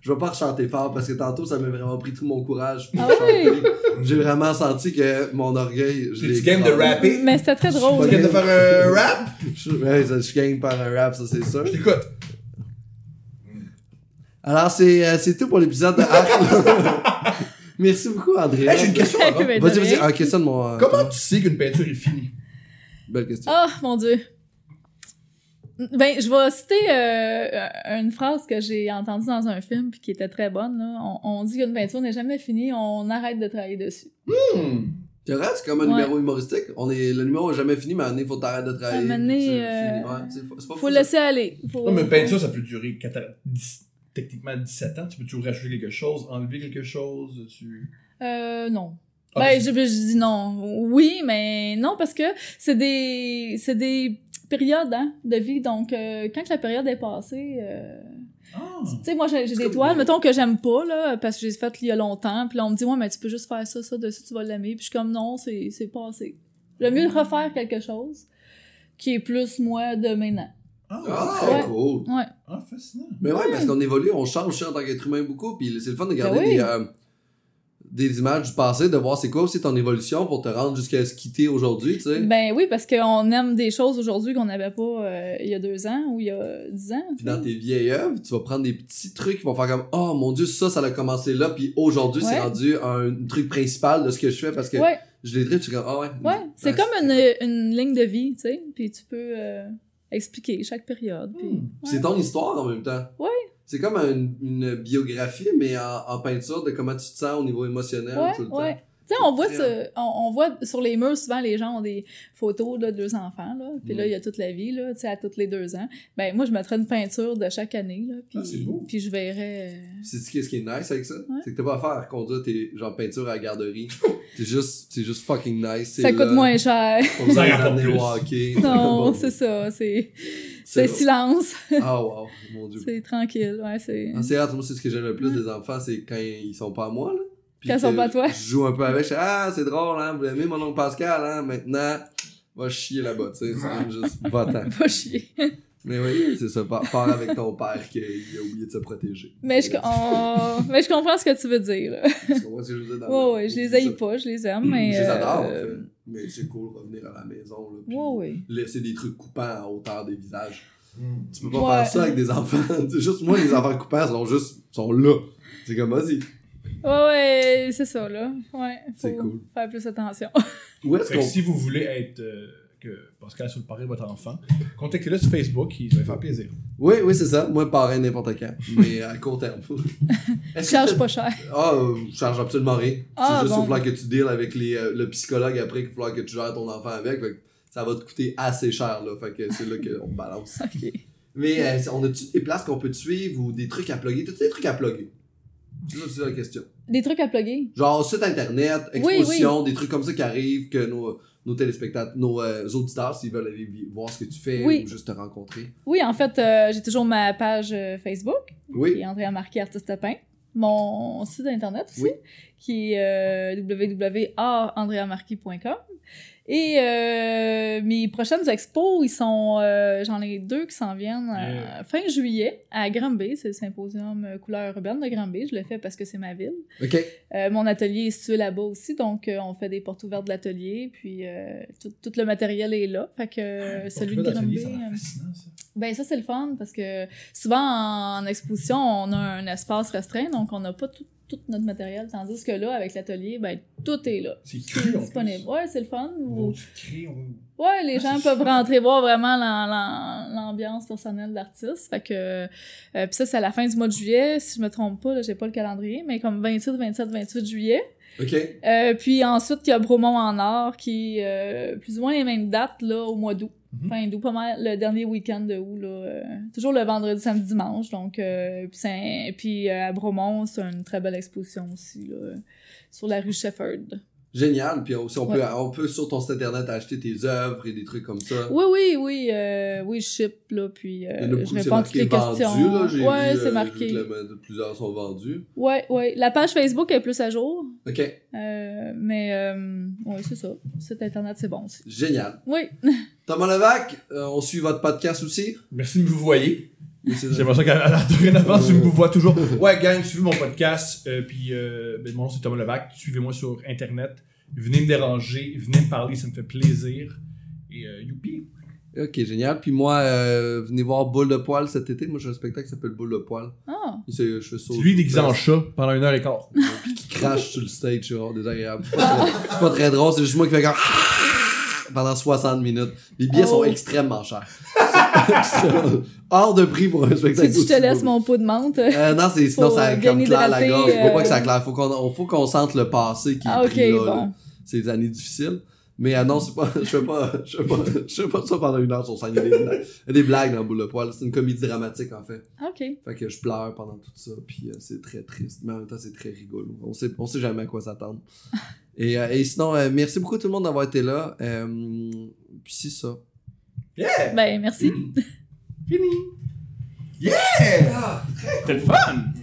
Je vais pas rechanter fort parce que tantôt ça m'a vraiment pris tout mon courage pour
Ah oui?
chanter. J'ai vraiment senti que mon orgueil. je
T'es-tu
l'ai
game de
cramé.
rap? Happy?
Mais c'était très drôle.
Tu viens de faire un rap?
Je, ouais, je suis game par un rap, ça c'est sûr.
Je t'écoute.
Alors c'est euh, c'est tout pour l'épisode de Arc. Merci beaucoup, André.
Hey, j'ai une question avant.
Mais de
Vas-y, vas-y,
rien.
ah, questionne moi. euh,
Comment tu sais qu'une peinture est finie?
Belle question.
Oh mon dieu. Ben, je vais citer euh, une phrase que j'ai entendue dans un film puis qui était très bonne. Là. On, on dit qu'une peinture n'est jamais finie, on arrête de travailler dessus.
Hmm.
C'est vrai, c'est comme un
Ouais.
numéro humoristique. On est, le numéro n'est jamais fini, mais à un moment donné, faut t'arrêter de travailler.
À un moment donné,
C'est fini.
euh,
Ouais, c'est- c'est pas fou,
Faut
ça.
laisser aller. Faut-
Oh, Non, mais une peinture, ça peut durer quatre à- dix- techniquement 17 ans. Tu peux toujours rajouter quelque chose, enlever quelque chose. Tu...
Euh, non.
Ah,
ben,
tu-
je, je dis non. Oui, mais non, parce que c'est des, c'est des périodes hein, de vie. Donc, euh, quand que la période est passée, euh,
Ah.
Hmm.
tu sais, moi, j'ai j'ai
C'est
des
comme-
toiles, mettons, que j'aime pas, là, parce que j'ai fait il y a longtemps. Puis là, on me dit, ouais, mais tu peux juste faire ça, ça, dessus, tu vas l'aimer. Puis je suis comme, non, c'est c'est passé. J'aime mieux
Hmm.
refaire quelque chose qui est plus moi de maintenant.
Ah,
Ah,
ouais.
très cool.
Ah, fascinant.
Mais ouais, parce qu'on évolue, on change aussi en tant qu'être humain beaucoup. Puis c'est le fun de garder
Ben oui.
des, euh, des images du passé, de voir c'est quoi aussi ton évolution pour te rendre jusqu'à ce quitter aujourd'hui, tu sais.
Ben oui, parce qu'on aime des choses aujourd'hui qu'on n'avait pas euh, il y a deux ans ou il y a dix ans.
Puis dans tes vieilles œuvres, tu vas prendre des petits trucs qui vont faire comme Oh mon dieu, ça, ça a commencé là, puis aujourd'hui, c'est
Ouais.
rendu un truc principal de ce que je fais parce que
Ouais.
je les drip, tu es comme Ah ouais.
Ouais, c'est
Ouais,
comme une, une ligne de vie, tu sais, puis tu peux euh, expliquer chaque période. puis-
Hmm.
Puis C'est ton histoire en même temps.
Ouais.
C'est comme une, une biographie, mais en, en peinture de comment tu te sens au niveau émotionnel tout
Ouais,
le
ouais.
temps.
Tu sais, on voit,
Très
ce- on, on voit sur les murs, souvent, les gens ont des photos là, de deux enfants, là, puis là,
Mm.
il y a toute la vie, là, tu sais, à toutes les deux ans. Ben, moi, je mettrais une peinture de chaque année, là, puis,
Ah, c'est beau.
puis je verrais... euh,
C'est ce qui est nice avec ça.
Ouais.
C'est que t'as pas à faire conduire tes genre peinture à la garderie. c'est juste, c'est juste fucking nice. c'est
Ça coûte
là.
moins cher.
On les
Ça rapporte
amener
plus.
walker.
non,
Bon,
c'est ça, c'est
c'est
c'est silence,
Ah wow, mon dieu.
c'est tranquille, ouais, c'est...
En série, moi, c'est ce que j'aime le plus des enfants, c'est quand ils sont pas à moi, là. Puis
Quand ils sont
que
pas à toi.
Je joue un peu avec, je fais, ah, c'est drôle, hein, vous l'aimez, mon oncle Pascal, hein, maintenant, va chier là-bas, tu sais, c'est comme juste, va-t'en.
Pas chier.
Mais oui, c'est ça, par avec ton père qu'il a oublié de se protéger.
Mais je, on- mais je comprends ce que tu veux dire, là.
Tu comprends ce que je veux dire dans
Ouais,
le-
ouais, je les
Ah, ça.
haïs pas, je les aime, mais...
Je les adore, en
euh,
fait. Mais c'est cool de revenir à la maison, là, puis
Ouais, ouais.
laisser des trucs coupants à hauteur des visages.
Hmm.
Tu peux pas
Ouais.
faire ça avec des enfants. C'est juste, moi, les enfants coupants sont juste, sont là. C'est comme, vas-y,
Ouais, ouais, c'est ça, là. Ouais.
c'est
faut
cool.
Faire plus attention.
Où est-ce
Fait que
qu'on
si vous voulez être euh, que euh, Pascal sur le parrain de votre enfant, contactez-le sur Facebook, il va faire plaisir.
Oui, oui, c'est ça. Moi, parrain n'importe quand, mais à court terme. Est-ce que
Charge
t'as-
pas cher.
Ah, euh, je charge absolument rien.
Ah,
c'est juste
bon.
au falloir que tu deals avec les, euh, le psychologue après qu'il va falloir que tu gères ton enfant avec. Fait que ça va te coûter assez cher, là. Fait que c'est là qu'on balance.
Ok.
Mais euh, on a-tu des places qu'on peut te suivre ou des trucs à plugger? T'as-tu des trucs à plugger? C'est ça, c'est ça la question.
Des trucs à plugger.
Genre site internet,
Oui,
exposition, des trucs comme ça qui arrivent, que nos, nos téléspectateurs, nos euh, auditeurs, s'ils veulent aller vi- voir ce que tu fais
Oui.
ou juste te rencontrer.
Oui, en fait, euh, j'ai toujours ma page euh, Facebook, qui
Oui.
est Andréa Marquis Artiste Peint. Mon site internet aussi,
Oui.
qui est euh, www.andreamarquis.com. Et euh, mes prochaines expos, ils sont, euh, j'en ai deux qui s'en viennent euh,
Yeah.
fin juillet à Granby, c'est le symposium euh, couleur urbaine de Granby. Je le fais parce que c'est ma ville.
OK.
Euh, mon atelier est situé là-bas aussi, donc euh, on fait des portes ouvertes de l'atelier, puis euh, tout, tout le matériel est là. Fait que euh, celui de Granby,
Ça a l'air
euh,
fascinant, ça.
ben ça c'est le fun parce que souvent en exposition on a un espace restreint, donc on n'a pas tout, tout notre matériel, tandis que là avec l'atelier, ben tout est là.
C'est
Tout est
cru, en
disponible.
plus.
Ouais, c'est le fun.
Bon, tu crées, on...
Ouais, les
Ah,
gens
c'est
peuvent
super.
rentrer voir vraiment l'am- l'am- l'ambiance personnelle de l'artiste. Fait que. euh, puis ça, c'est à la fin du mois de juillet, si je me trompe pas, là, j'ai pas le calendrier, mais comme 27, 27, 28 juillet.
OK.
Euh, puis ensuite, il y a Bromont en or qui est euh, plus ou moins les mêmes dates là, au mois d'août.
Mhm.
Fin d'août, pas mal le dernier week-end de août. Là, euh, toujours le vendredi, samedi, dimanche. Donc, euh, puis, c'est- puis, euh, à Bromont, c'est une très belle exposition aussi là, euh, sur la rue Shefford.
Génial. Puis aussi, on,
Ouais.
peut, on peut sur ton site internet acheter tes œuvres et des trucs comme ça.
Oui, oui, oui, euh, oui, je ship, là, puis euh,
Il y en a beaucoup
je
qui c'est
réponds à toutes
marqué
les
vendu,
questions.
là. J'ai vu,
ouais,
euh,
c'est
j'ai vu
marqué.
que le- plusieurs sont vendus.
Ouais, ouais. La page Facebook est plus à jour,
OK.
euh, mais euh, ouais, c'est ça. Site internet, c'est bon aussi.
Génial.
Oui,
Thomas Levac, euh, on suit votre podcast aussi.
Merci de me voyer.
Oui, c'est vrai.
J'aimerais ça qu'à la dorénavant, tu me
Ouais.
vois toujours. Ouais, gang, suivez mon podcast. euh, puis, euh, ben, mon nom, c'est Thomas Levac. Suivez-moi sur Internet. Venez me déranger. Venez me parler. Ça me fait plaisir. Et euh, youpi.
Ok, génial. Puis moi, euh, venez voir Boule de Poil cet été. Moi, j'ai un spectacle qui s'appelle Boule de Poil.
ah,
Et c'est- Je fais ça
C'est
au-
lui déguisé en chat pendant une heure et quart.
Puis qui crache sur le stage, c'est vraiment désagréable. C'est pas, très- c'est pas très drôle, c'est juste moi qui fais comme. pendant 60 minutes. Les billets
Oh.
sont extrêmement chers. Hors de prix pour un spectacle.
si tu te
Ben, aussi
laisses
beau.
mon pot de menthe.
Euh, non, c'est, sinon
Faut,
ça
euh,
comme
bien
claire la
hydrater,
gorge. Faut pas
euh,
que ça claire. Faut qu'on, on- faut qu'on sente le passé qui est
Ah, ok,
pris là, là.
bon.
C'est des années difficiles. Mais euh, non, c'est pas, je fais pas, je fais pas, je fais pas ça pendant une heure sur scène. Il y a des, blagues- il y a des blagues dans Boule de Poil. C'est une comédie dramatique, en fait.
OK.
Fait que je pleure pendant tout ça, puis euh, c'est très triste, mais en même temps c'est très rigolo. On sait, on sait jamais à quoi s'attendre. et, euh, et sinon, euh, merci beaucoup tout le monde d'avoir été là. Euh, puis c'est ça.
Ben, merci.
Fini.
C'était le fun!